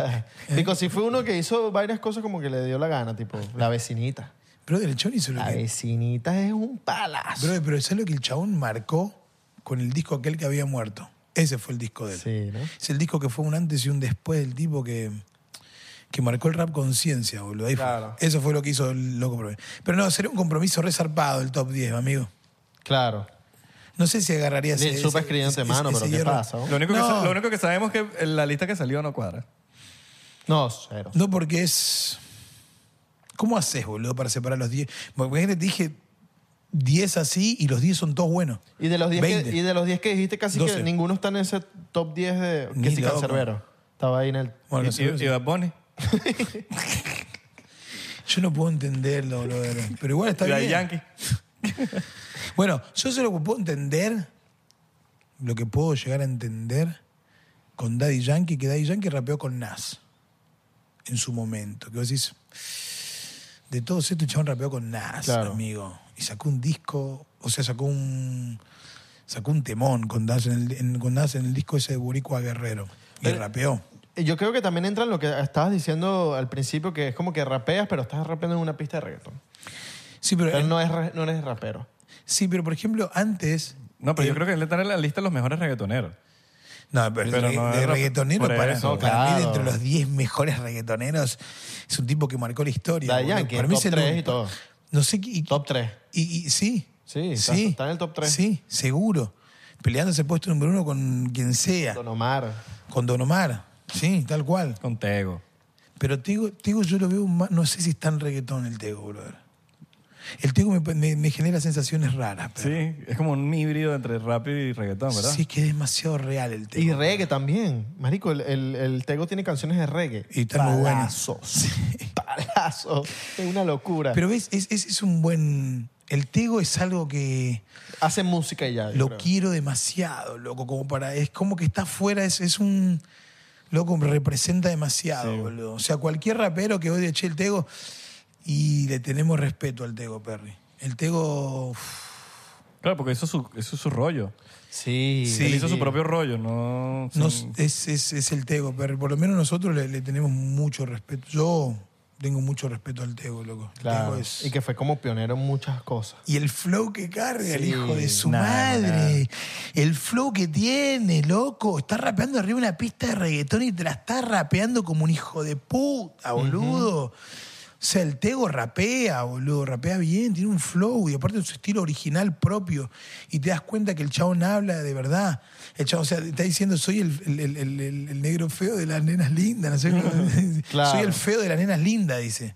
Vico sí fue uno que hizo varias cosas como que le dio la gana, tipo la vecinita.
Pero del Choni se lo
La
que-
vecinita es un palazo.
Bro, pero ¿sabes lo que el chabón marcó con el disco aquel que había muerto? Ese fue el disco de él.
Sí, ¿no?
Es el disco que fue un antes y un después del tipo que, que marcó el rap conciencia, boludo. Ahí fue.
Claro.
Eso fue lo que hizo el loco Probe. Pero no, sería un compromiso resarpado el top 10, amigo.
Claro.
No sé si agarraría
Ni
ese.
el Supa escribiéndote mano, pero ¿qué
hierro.
pasa, no?
Lo único,
No.
que, sa- lo único que sabemos es que la lista que salió no cuadra.
No, cero.
No, porque es. ¿Cómo haces, boludo, para separar los 10? Porque imagínate, te dije 10 así y los 10 son todos buenos.
Y de los 10 que,
20.
y de los 10 que dijiste casi
12.
que ninguno está en ese top 10 de que
Ni
sí
loco.
Cancerbero. Estaba ahí en el
Bueno,
Y-
que
y, y Bad Bunny.
Yo no puedo entenderlo, boludo. Pero igual está
Y Daddy
bien.
Yankee.
Bueno, yo solo puedo entender lo que puedo llegar a entender con Daddy Yankee, que Daddy Yankee rapeó con Nas en su momento. Que vos decís, de todos estos, chabón rapeó con Nas,
Claro.
amigo. Y sacó un disco, o sea, sacó un sacó un temón con Nas en el, en- con Nas en el disco ese de Boricua Guerrero. Y rapeó.
Yo creo que también entra en lo que estabas diciendo al principio, que es como que rapeas, pero estás rapeando en una pista de reggaetón.
Eh. Sí pero, eh,
Pero no, es, re- no eres rapero.
sí, pero por ejemplo, antes...
No, pero
eh,
yo creo que él está en la lista de los mejores reggaetoneros.
No, pero,
Pero
de,
no
de
es rap-
reggaetonero
por
para,
eso,
para mí,
claro.
de entre los 10 mejores reggaetoneros, es un tipo que marcó la historia.
Daddy
boludo.
Yankee,
para mí
top
es el
3 y
un-
todo.
No sé qué- y,
Top 3.
y- y- sí.
Sí, está- está en el top tres.
Sí, seguro. Peleándose puesto número uno con quien sea,
Don Omar.
con Don Omar. Sí, tal cual.
Con Tego.
Pero Tego, Tego yo lo veo más, no sé si es tan reggaetón el Tego, brother. El Tego me, me- me genera sensaciones raras. pero-
Sí, es como un híbrido entre rap y reggaetón, ¿verdad?
sí, es que es demasiado real el Tego.
Y reggae también. Marico, el, el- el Tego tiene canciones de reggae.
Y están muy buenas.
Palazos. Palazos. Es una locura.
Pero ves, Es- ese es un buen... El Tego es algo que...
Hace música y ya. yo
lo
creo.
quiero demasiado, loco, como para. Es como que está afuera, es, es un. Loco, me representa demasiado, boludo. O sea, cualquier rapero que odie Che el Tego. Y le tenemos respeto al Tego, Perry. El Tego. uf,
Claro, porque eso es su, eso es su rollo.
Sí.
Sí.
Él hizo su propio rollo, no...
no-
sin-
es, es- es el Tego, Perry. Por lo menos nosotros le, le tenemos mucho respeto. Yo tengo mucho respeto al Tego, loco. El
Claro.
Tego es-
Y que fue como pionero en muchas cosas.
Y el flow que carga el
Sí,
hijo de su
nada,
madre. El flow que tiene, loco. Está rapeando arriba de una pista de reggaetón y te la está rapeando como un hijo de puta, boludo. O sea, el Tego rapea, boludo, rapea bien, tiene un flow y aparte su estilo original propio. Y te das cuenta que el chabón habla de verdad. El chabón, o sea, te está diciendo, soy el, el- el- el- el- el negro feo de las nenas lindas. no sé cómo-
Claro.
Soy el feo de las nenas lindas, dice.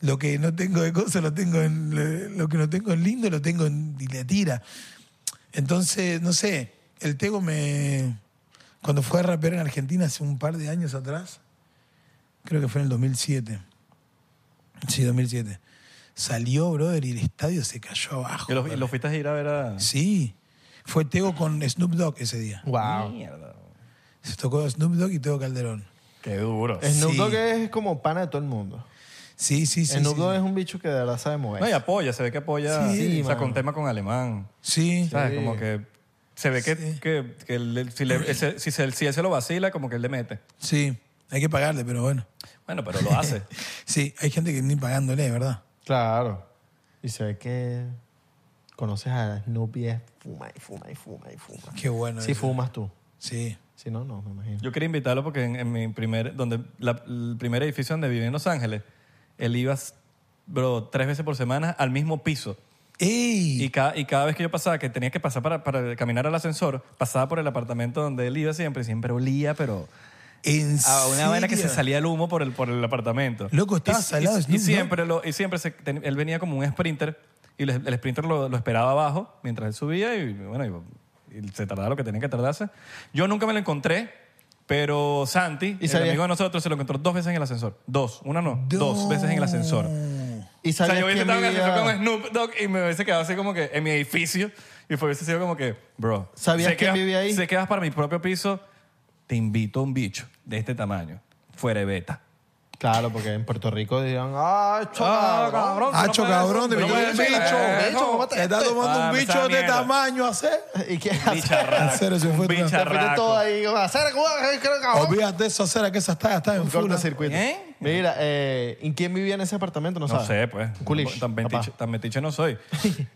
Lo que no tengo de cosas lo tengo en. Lo, lo que no tengo en lindo lo tengo en. Y le tira. Entonces, no sé, el Tego me. Cuando fue a rapear en Argentina hace un par de años atrás, creo que fue en el 2007. Sí, 2007. Salió, brother, y el estadio se cayó abajo.
Y lo, y lo fuiste a ir a ver a...
Sí. Fue Tego con Snoop Dogg ese día.
Wow.
Mierda.
Se tocó Snoop Dogg y Tego Calderón.
Qué duro.
Snoop
Sí.
Dogg es como pana de todo el mundo.
Sí, sí, sí.
Snoop
sí.
Dogg es un bicho que de verdad sabe mover.
No, y apoya, se ve que apoya.
Sí,
o sea,
mano.
con tema con alemán.
Sí.
¿Sabes? Como que se ve que,
Sí.
que, que él- si, le- ese- si se- si él se lo vacila, como que él le mete.
Sí. Hay que pagarle, pero bueno.
Bueno, pero lo hace.
Sí, hay gente que ni pagándole, ¿verdad?
Claro. Y se ve que conoces a Snoopy y es fuma y fuma y fuma y fuma.
Qué bueno
Si
eso.
fumas tú.
Sí.
Si no, no, me imagino.
Yo quería invitarlo porque en, en mi primer, donde la- el primer edificio donde viví en Los Ángeles, él iba, bro, tres veces por semana al mismo piso.
¡Ey!
Y cada, y cada vez que yo pasaba, que tenía que pasar para, para caminar al ascensor, pasaba por el apartamento donde él iba siempre, y siempre olía, pero
¿En
a ah, una vaina que se
serio?
salía el humo por el, por el apartamento.
Loco, estaba
Y-
salado
Y,
Snoop
y
Dogg.
siempre, lo, y siempre se- ten- él venía como un sprinter y le- el sprinter lo, lo esperaba abajo mientras él subía y bueno, y- y se tardaba lo que tenía que tardarse. Yo nunca me lo encontré, pero Santi,
¿Y
el
sabías?
amigo de nosotros, se lo encontró dos veces en el ascensor. Dos, una no, dos veces en el ascensor.
¿Y
O sea,
sabías
yo hubiese
quién
estado en el
vivía-
ascensor con Snoop Dogg y me hubiese quedado así como que en mi edificio y fue- hubiese sido como que, bro.
¿Sabías
sé que
quién
vas-
vivía ahí?
Sé que vas para mi propio piso, te invito a un bicho de este tamaño, fuera de beta.
Claro, porque en Puerto Rico dirán, ¡ah, chaval!
Hacho, cabrón, te
de
metió un bicho. Te está tomando
Ah,
un
me
bicho
sabe
de
mierda.
tamaño, hace.
¿Y qué
En serio, se fue todo.
Te fuiste todo ahí, hacer
Olvídate de eso, hacer que esa está, está en full.
circuito.
¿Eh?
Mira, eh, ¿y quién vivía en ese apartamento? No,
No
sabes.
sé, pues.
Un culish,
Tan
papá.
metiche, tan metiche no soy.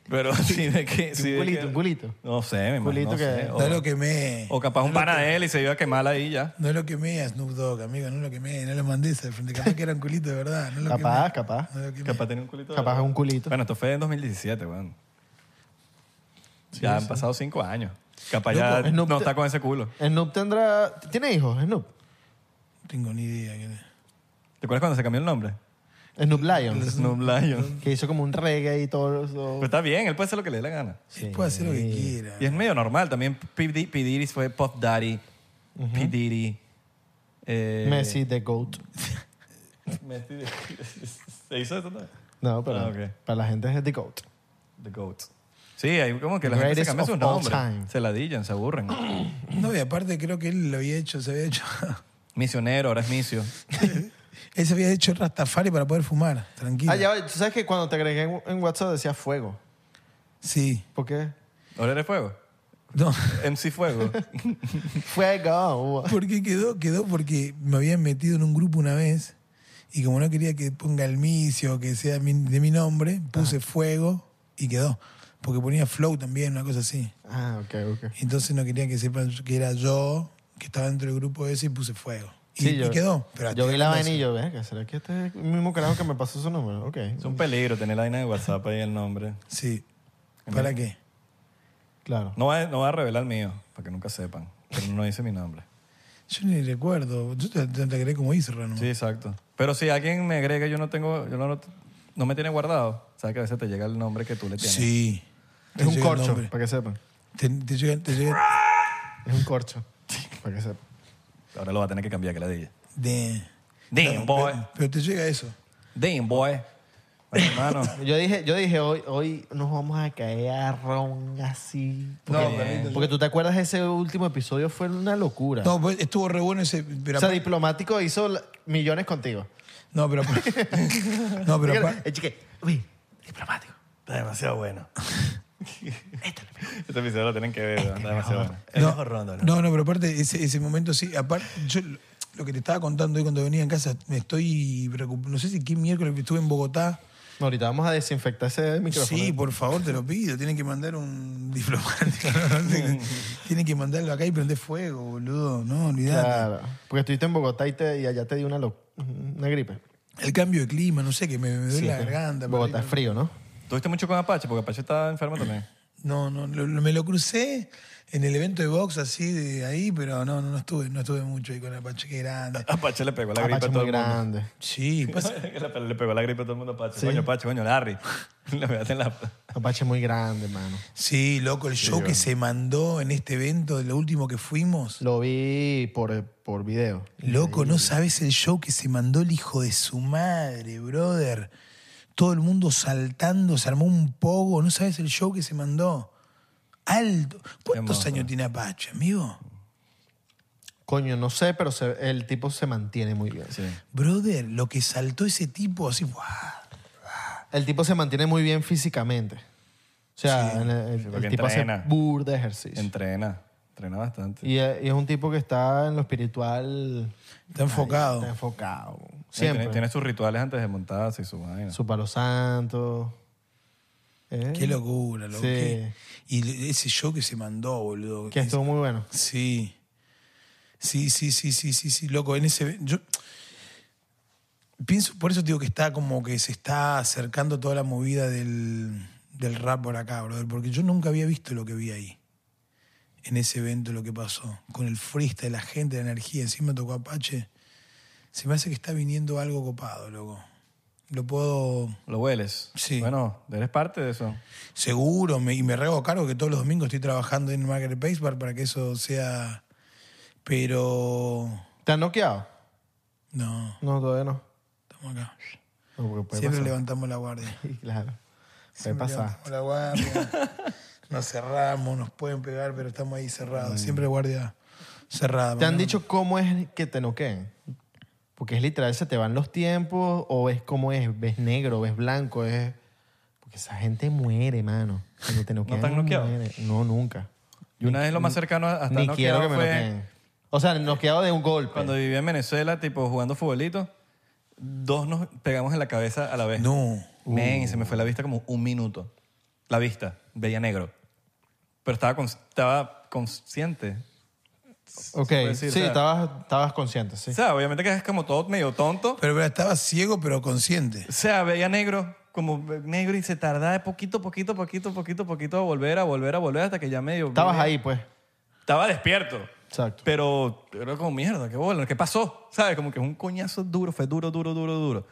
Pero sí de que... sí de
culito,
que-
un culito.
No sé, me
Culito
imagino. no
que-
sé.
No es lo
O,
que me.
o capaz un pana de él y se iba a quemar ahí ya.
No es lo que me, Snoop Dogg, amigo, no es lo que me, no lo mandé al frente. Capaz que era un culito de verdad. No es lo
Capaz,
quemé.
capaz.
No es lo quemé.
Capaz tenía un culito. de-
Capaz es un culito.
Bueno, esto fue en 2017, weón. ya han pasado cinco años. Capaz ya
Loco, es
no,
no-
está con ese culo.
Snoop tendrá... ¿Tiene hijos, Snoop?
No tengo ni idea. quién es.
¿Te acuerdas cuando se cambió el nombre?
Snoop Lion.
Snoop Lion.
Que hizo como un reggae y todo eso.
Pero está bien, él puede hacer lo que le dé la gana.
Sí.
Él puede hacer lo que quiera.
Y es medio normal. También P. Di- P. Diddy fue Puff Daddy, P. Diddy. eh,
Messi, The Goat.
Messi de- ¿Se hizo eso? no?
No, pero
Ah, ok.
para la gente es The Goat.
The GOAT. Sí, hay como que la gente se
Greatest
cambia sus
of all
nombres.
time.
Se ladillan, se aburren.
No, y aparte creo que él lo había hecho, se había hecho.
Misionero, ahora es misio.
él se había hecho Rastafari para poder fumar, tranquilo.
Ah, ya, va, tú sabes que cuando te agregué en, en WhatsApp decía fuego.
Sí.
¿Por qué?
Ahora eres fuego.
No.
MC Fuego.
Fuego.
Porque quedó, quedó porque me habían metido en un grupo una vez y como no quería que ponga el micio, que sea mi- de mi nombre, puse fuego y quedó. Porque ponía flow también, una cosa así.
Ah, ok, ok.
Entonces no quería que sepan que era yo que estaba dentro del grupo ese y puse fuego. Y,
Sí,
y quedó. Pero hasta
yo vi la
ahora
vaina y yo, "Verga, ¿será que este es el mismo carajo que me pasó su número? Ok.
Es un peligro tener la vaina de WhatsApp ahí el nombre.
Sí. ¿Para qué?
Claro.
No va, no va a revelar el mío, para que nunca sepan. Pero no dice mi nombre.
Yo ni recuerdo. Yo te, te agregué como hice, Rano.
Sí, exacto. Pero si alguien me agrega, yo no tengo, yo no, no me tiene guardado. Sabes que a veces te llega el nombre que tú le tienes.
Sí. Te
Es un
llega el
corcho,
nombre.
para que sepan.
Te, te llega- te llega-
Es un corcho, para que sepan.
Ahora lo va a tener que cambiar, que la dije.
de-
Damn, boy.
Pero, pero te llega eso.
Damn, boy. Bueno, hermano.
Yo dije, yo dije hoy, hoy nos vamos a caer a ron así.
No,
Porque,
permítelo.
porque tú te acuerdas ese último episodio fue una locura.
No, pues estuvo re bueno ese. Pero
o sea,
aparte-
diplomático hizo la- millones contigo.
no, pero. aparte- no, pero. aparte-
El chique, uy,
Diplomático. Está demasiado bueno. este episodio lo tienen que ver, ¿verdad? está demasiado bueno. El
No,
mejor rondo, ¿no?
no, no, pero aparte, ese, ese momento sí. Aparte, yo lo que te estaba contando hoy cuando venía en casa, me estoy preocupando. No sé si qué miércoles estuve en Bogotá.
No, ahorita vamos a desinfectar ese micrófono.
Sí, por favor, te lo pido. Tienen que mandar un diplomático. Tienen que mandarlo acá y prender fuego, boludo. No, olvidate.
Claro, porque estuviste en Bogotá y, te- y allá te dio una, lo- una gripe.
El cambio de clima, no sé, que me, me duele la garganta. por
Bogotá
ahí.
es frío, ¿no?
¿Tuviste mucho con Apache? Porque Apache está enfermo también.
No, no, lo- lo- me lo crucé en el evento de box así de ahí, pero no, no, no estuve, no estuve mucho ahí con Apache, que grande.
Apache le pegó la gripe
Apache
a
es
todo
muy
el mundo.
grande.
Sí, pues, pasa-
Le- le pegó la gripe a todo el mundo, Pache. Coño, Pache, coño, Larry. Le pegaste en la...
Apache es muy grande, mano.
sí, loco, el show que se mandó en este evento, lo último que fuimos.
Lo vi por, por video.
Loco, no sabes el show que se mandó el hijo de su madre, brother. Todo el mundo saltando, se armó un pogo. No sabes el show que se mandó. Alto. ¿Cuántos
monstruo.
años tiene Apache, amigo?
Coño, no sé, pero se- el tipo se mantiene muy bien.
Sí.
Brother, lo que saltó ese tipo, así, ¡guau!
El tipo se mantiene muy bien físicamente. O sea, el, el-
porque
el tipo hace
entrena.
burda de ejercicio.
Entrena. Entrena bastante.
Y es, y es un tipo que está en lo espiritual.
Está enfocado.
Está enfocado.
Sí,
Siempre.
Tiene, tiene sus rituales antes de montarse y su vaina.
Su palo santo. Eh,
Qué locura, loco.
Sí.
qué- Y ese show que se mandó, boludo.
Que
Es-
estuvo muy bueno.
Sí. Sí, sí, sí, sí, sí, sí, loco. En ese. Yo. Pienso, por eso digo que está como que se está acercando toda la movida del, del rap por acá, brother. Porque yo nunca había visto lo que vi ahí. En ese evento, lo que pasó. Con el freestyle, la gente, la energía. Encima tocó Apache. Se me hace que está viniendo algo copado, loco. Lo puedo.
Lo hueles.
Sí.
Bueno, eres parte de eso.
Seguro, me- y me rego cargo que todos los domingos estoy trabajando en Margaret Pace Bar para que eso sea. Pero.
¿Te han noqueado?
No,
No, todavía no.
estamos acá.
No, porque puede
Siempre
pasar.
levantamos la guardia.
Sí, claro. Puede
Siempre
pasar.
levantamos la guardia. nos cerramos, nos pueden pegar, pero estamos ahí cerrados. Siempre guardia cerrada.
¿Te han
¿no?
dicho cómo es que te noqueen? Porque es literal, se te van los tiempos o ves cómo es, ves negro, ves blanco, es... Porque esa gente muere, mano. Cuando te noquean,
te han noqueado?
muere. No, nunca.
Y una vez lo más cercano hasta
Ni quiero
noqueado
que me
fue
noqueen. O sea, noqueado de un golpe.
cuando vivía en Venezuela, tipo jugando futbolito. Dos nos pegamos en la cabeza a la vez.
No.
Men,
Uh.
y se me fue la vista como un minuto. La vista, veía negro. Pero estaba, con- estaba consciente.
Ok,
puede
sí,
decir, o sea-
estabas, estabas consciente, sí.
O sea, obviamente que es como todo medio tonto.
Pero, pero estaba ciego, pero consciente.
O sea, veía negro, como negro y se tardaba de poquito, poquito, poquito, poquito, poquito a volver, a volver, a volver hasta que ya medio...
Estabas ahí, pues.
Estaba despierto.
Exacto.
Pero era como mierda, qué bola, ¿qué pasó? ¿Sabes? Como que un coñazo duro, fue duro, duro, duro, duro.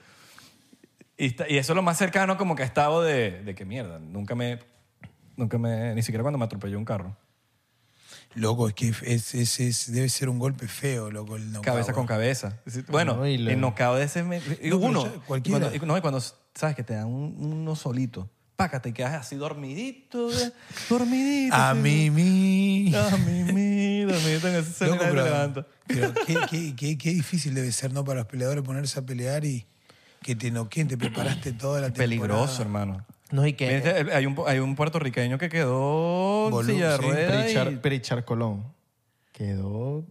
Y, está- y eso es lo más cercano como que he estado de, de que mierda, nunca me, nunca me, ni siquiera cuando me atropelló un carro.
Loco, es que es, es- es- debe ser un golpe feo, loco, el knockout.
cabeza con cabeza. Es decir, Bueno,
No, y le-
el knockout de ese... me-
pero
uno,
ya cualquiera.
cuando- y- no, y cuando, sabes, que te dan un- uno solito. Paca, te quedas así dormidito, eh, dormidito.
A
así,
mí, mi.
Ah.
A mí, mi, dormidito en ese
Loco,
celular y te
pero-
levantas.
pero qué, qué- qué- qué difícil debe ser, ¿no? Para los peleadores ponerse a pelear y que te noqueen, te preparaste toda la temporada.
Peligroso, hermano.
No, y que...
Mira, este, Hay un, hay un puertorriqueño que quedó en
Boludo,
silla de
sí,
ruedas y-
Pritchard, Pritchard Colón. Quedó...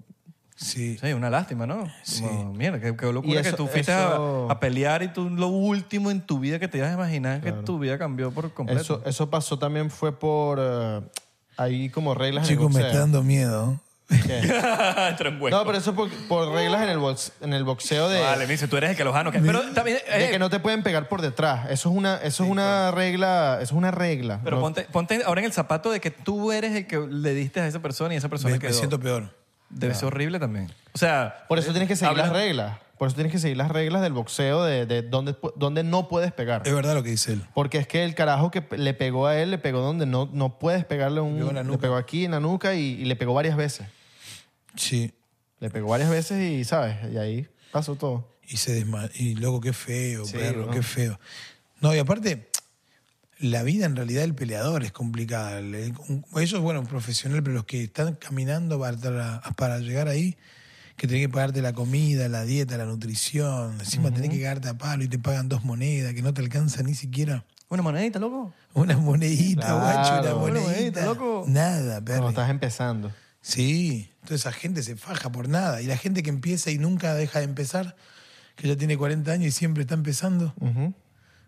Sí.
Sí, una lástima, ¿no? Como, mierda, qué, qué
Y
locura
eso-
que tú fuiste a-
eso-
a, pelear y tú lo último en tu vida que te ibas a imaginar que tu vida cambió por completo.
Eso, eso pasó también fue por... eh, hay como reglas en el
Chicos, me
boxeo.
está dando miedo. ¿eh?
Entra en hueco.
No, pero eso es por, por reglas en el, box- en el boxeo de,
Vale, me dice, tú eres el que los jano. que- Pero también...
de
eh,
que no te pueden pegar por detrás. Eso es una, eso es una regla. Eso es una regla.
Pero
No-
ponte, ponte ahora en el zapato de que tú eres el que le diste a esa persona y esa persona
Me, me
quedó.
siento peor.
Debe ser horrible también. O sea...
por eso tienes que seguir
hablas-
las reglas. Por eso tienes que seguir las reglas del boxeo de, de dónde, pu- dónde no puedes pegar.
Es verdad lo que dice él.
Porque es que el carajo que pe- le pegó a él, le pegó donde no, no puedes pegarle un.
pegó en la
le
nuca.
pegó aquí en la nuca y, y le pegó varias veces.
Sí.
Le pegó varias veces y, ¿sabes? Y ahí pasó todo.
Y se desma Y loco, qué feo, perro,
¿no?
qué feo. No, y aparte, la vida en realidad del peleador es complicada. El- un- Ellos, bueno, un profesional, pero los que están caminando para, tra- para llegar ahí, que tienen que pagarte la comida, la dieta, la nutrición, encima tenés que cagarte a palo y te pagan dos monedas, que no te alcanza ni siquiera
Una monedita, loco.
una monedita,
Claro. eh,
guacho,
Una
una
monedita,
monedita.
loco.
Nada,
Cuando
perro.
estás empezando.
Sí, toda esa gente se faja por nada. Y la gente que empieza y nunca deja de empezar, que ya tiene 40 años y siempre está empezando.
Ujú.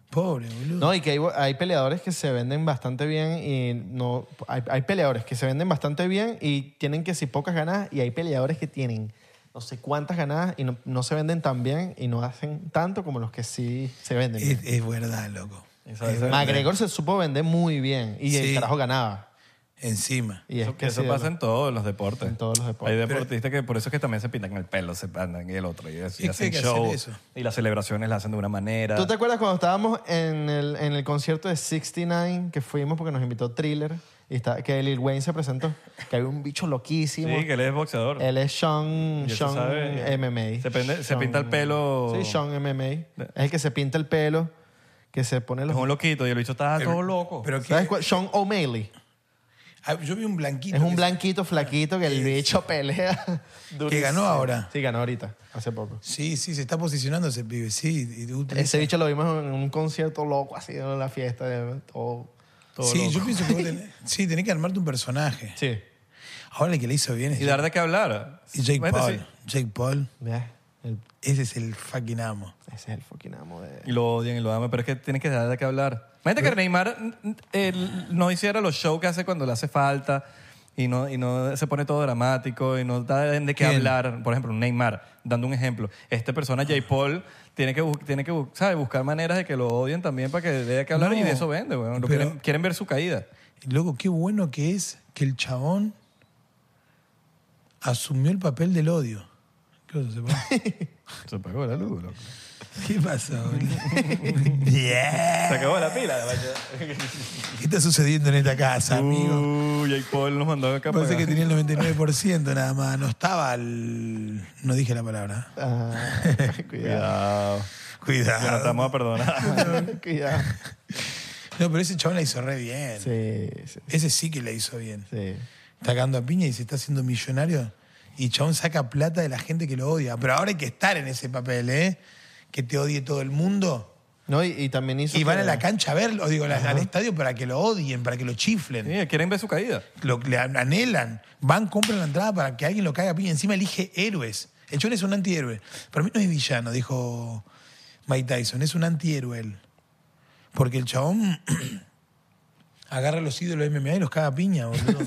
Pobre, boludo.
No, y que hay, hay peleadores que se venden bastante bien y no. Hay, hay peleadores que se venden bastante bien y tienen que si pocas ganas y hay peleadores que tienen no sé cuántas ganas y no, no se venden tan bien y no hacen tanto como los que sí se venden.
es,
bien.
es verdad, loco.
Eso- eso-
McGregor se supo vender muy bien y el
Sí.
carajo ganaba.
Encima.
Y es
Eso,
que
eso
sí,
pasa en todos los deportes.
En todos los deportes.
Hay deportistas que por eso es que también se pintan el pelo, se andan y el otro, y, eso, y
Es que
hacen
hay que
show.
hacer eso.
Y las celebraciones las hacen de una manera.
¿Tú te acuerdas cuando estábamos en el, en el concierto de 69 que fuimos porque nos invitó Thriller y está, que Lil Wayne se presentó? Que había un bicho loquísimo.
sí, que él es boxeador.
Él es Sean,
Y eso
Sean
sabe.
MMA.
Se prende- se
Sean-
pinta el pelo.
Sí, Sean MMA. Es el que se pinta el pelo, que se pone
es
los...
un loquito y el bicho está todo loco.
Pero que-
oh, ¿Sabes cuál? Sean O'Malley.
ah, yo vi un blanquito
Es un
que-
blanquito flaquito que el bicho pelea.
que ganó ahora.
Sí, ganó ahorita, hace poco.
Sí, sí, se está posicionando ese pibe, sí. y utiliza-
Ese bicho lo vimos en un concierto loco, así, en la fiesta, de todo.
sí, yo pienso que vos tenés, sí, tenés que armarte un personaje.
Sí.
Ahora el que le hizo bien es
Y dar de qué hablar.
y Jake
Vete,
Paul.
sí.
Jake Paul,
Mira, el-
ese es el fucking amo.
ese es el fucking amo de...
Y lo odian y lo aman, pero es que tienes que dar de qué hablar. Imagínate que Neymar mm, mm, él no hiciera los shows que hace cuando le hace falta y no, y no se pone todo dramático y no da de qué
¿Quién?
hablar. Por ejemplo, Neymar, dando un ejemplo. Esta persona, J. Paul, tiene que, bu- tiene que bu- ¿sabe? buscar maneras de que lo odien también para que le dé de qué hablar
No,
y de eso vende, weón. Lo
pero-
quieren, quieren ver su caída.
Y Loco, qué bueno que es que el chabón asumió el papel del odio. ¿Qué pasó? ¿Se apagó?
Se apagó la luz, loco.
¿Qué pasó, boludo? Bien.
Se acabó la pila.
¿Qué está sucediendo en esta casa, amigo?
Uy, J. Paul nos mandó acá.
Parece
para-
Uh, que tenía el 99% nada más. No estaba al... No dije la palabra.
Ah, cuidado,
Cuidado. Que no te
Cuidado.
vamos a perdonar.
cuidado.
No, pero ese chabón la hizo re bien.
Sí, sí,
Ese sí que la hizo bien.
sí.
Está cagando a piña y se está haciendo millonario. Y chabón saca plata de la gente que lo odia. Pero ahora hay que estar en ese papel, ¿eh? Que te odie todo el mundo.
No, y, y también hizo...
Y van
que-
a la cancha a verlo, digo, la- al estadio para que lo odien, para que lo chiflen.
Sí, quieren ver su caída.
Lo, le an- anhelan. Van, compran la entrada para que alguien lo caiga a piña. Encima elige héroes. El chon es un antihéroe. Para mí no es villano, dijo Mike Tyson. Es un antihéroe él. Porque el chabón agarra a los ídolos de MMA y los caga a piña, boludo.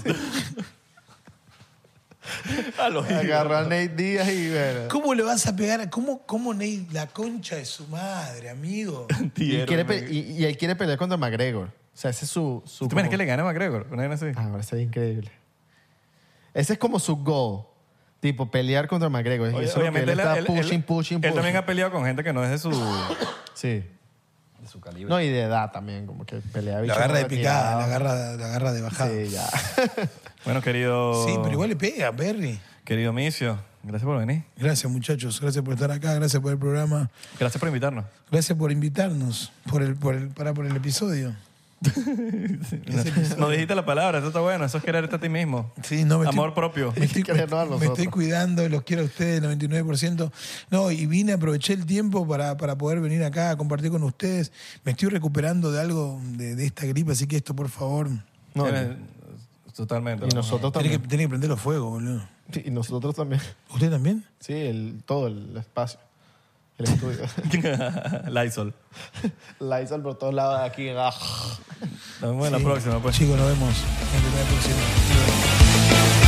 A los
Agarró a Nate Díaz y... Bueno,
¿Cómo le vas a pegar? a- ¿Cómo, cómo Nate, la concha de su madre, amigo?
y, quiere pe- y- y él quiere pelear contra McGregor. O sea, ese es su... su
¿Tú imaginas
como-
Este que le gana a McGregor? Una vaina así.
Ah, parece increíble. Ese es como su goal. Tipo, pelear contra McGregor. Y
Oye,
eso es lo que él
él-
está
él-
pushing,
él-
pushing,
él
pushing.
también ha peleado con gente que no es de su...
Sí.
De su calibre.
No, y de edad también, como que pelea
Lo
bicho
agarra de
más
picada,
retirado.
lo agarra, lo agarra de bajada.
Sí, ya.
Bueno, querido...
Sí, pero igual le pega, Perry.
Querido Micio, gracias por venir.
Gracias muchachos, gracias por estar acá, gracias por el programa,
Gracias por invitarnos.
gracias por invitarnos, por el, por el, para por el episodio.
Nos dijiste la palabra, eso está bueno. Eso es quererte a ti mismo.
Sí, no, me
este-
estoy-
Amor propio.
Me estoy,
querernos a
me
nosotros.
estoy cuidando, los quiero a ustedes, 99%. No, y vine, aproveché el tiempo para, para poder venir acá a compartir con ustedes. Me estoy recuperando de algo, de, de esta gripe, así que esto, por favor,
No,
Tienes- Totalmente.
y nosotros
tiene que,
también.
tiene que prender los fuegos, boludo.
Y nosotros también.
¿Usted también?
Sí, el, todo el espacio. El estudio.
Lysol.
Lysol por todos lados de aquí. ah.
Nos vemos en la
Sí.
próxima, pues.
Chicos, nos vemos. 99%.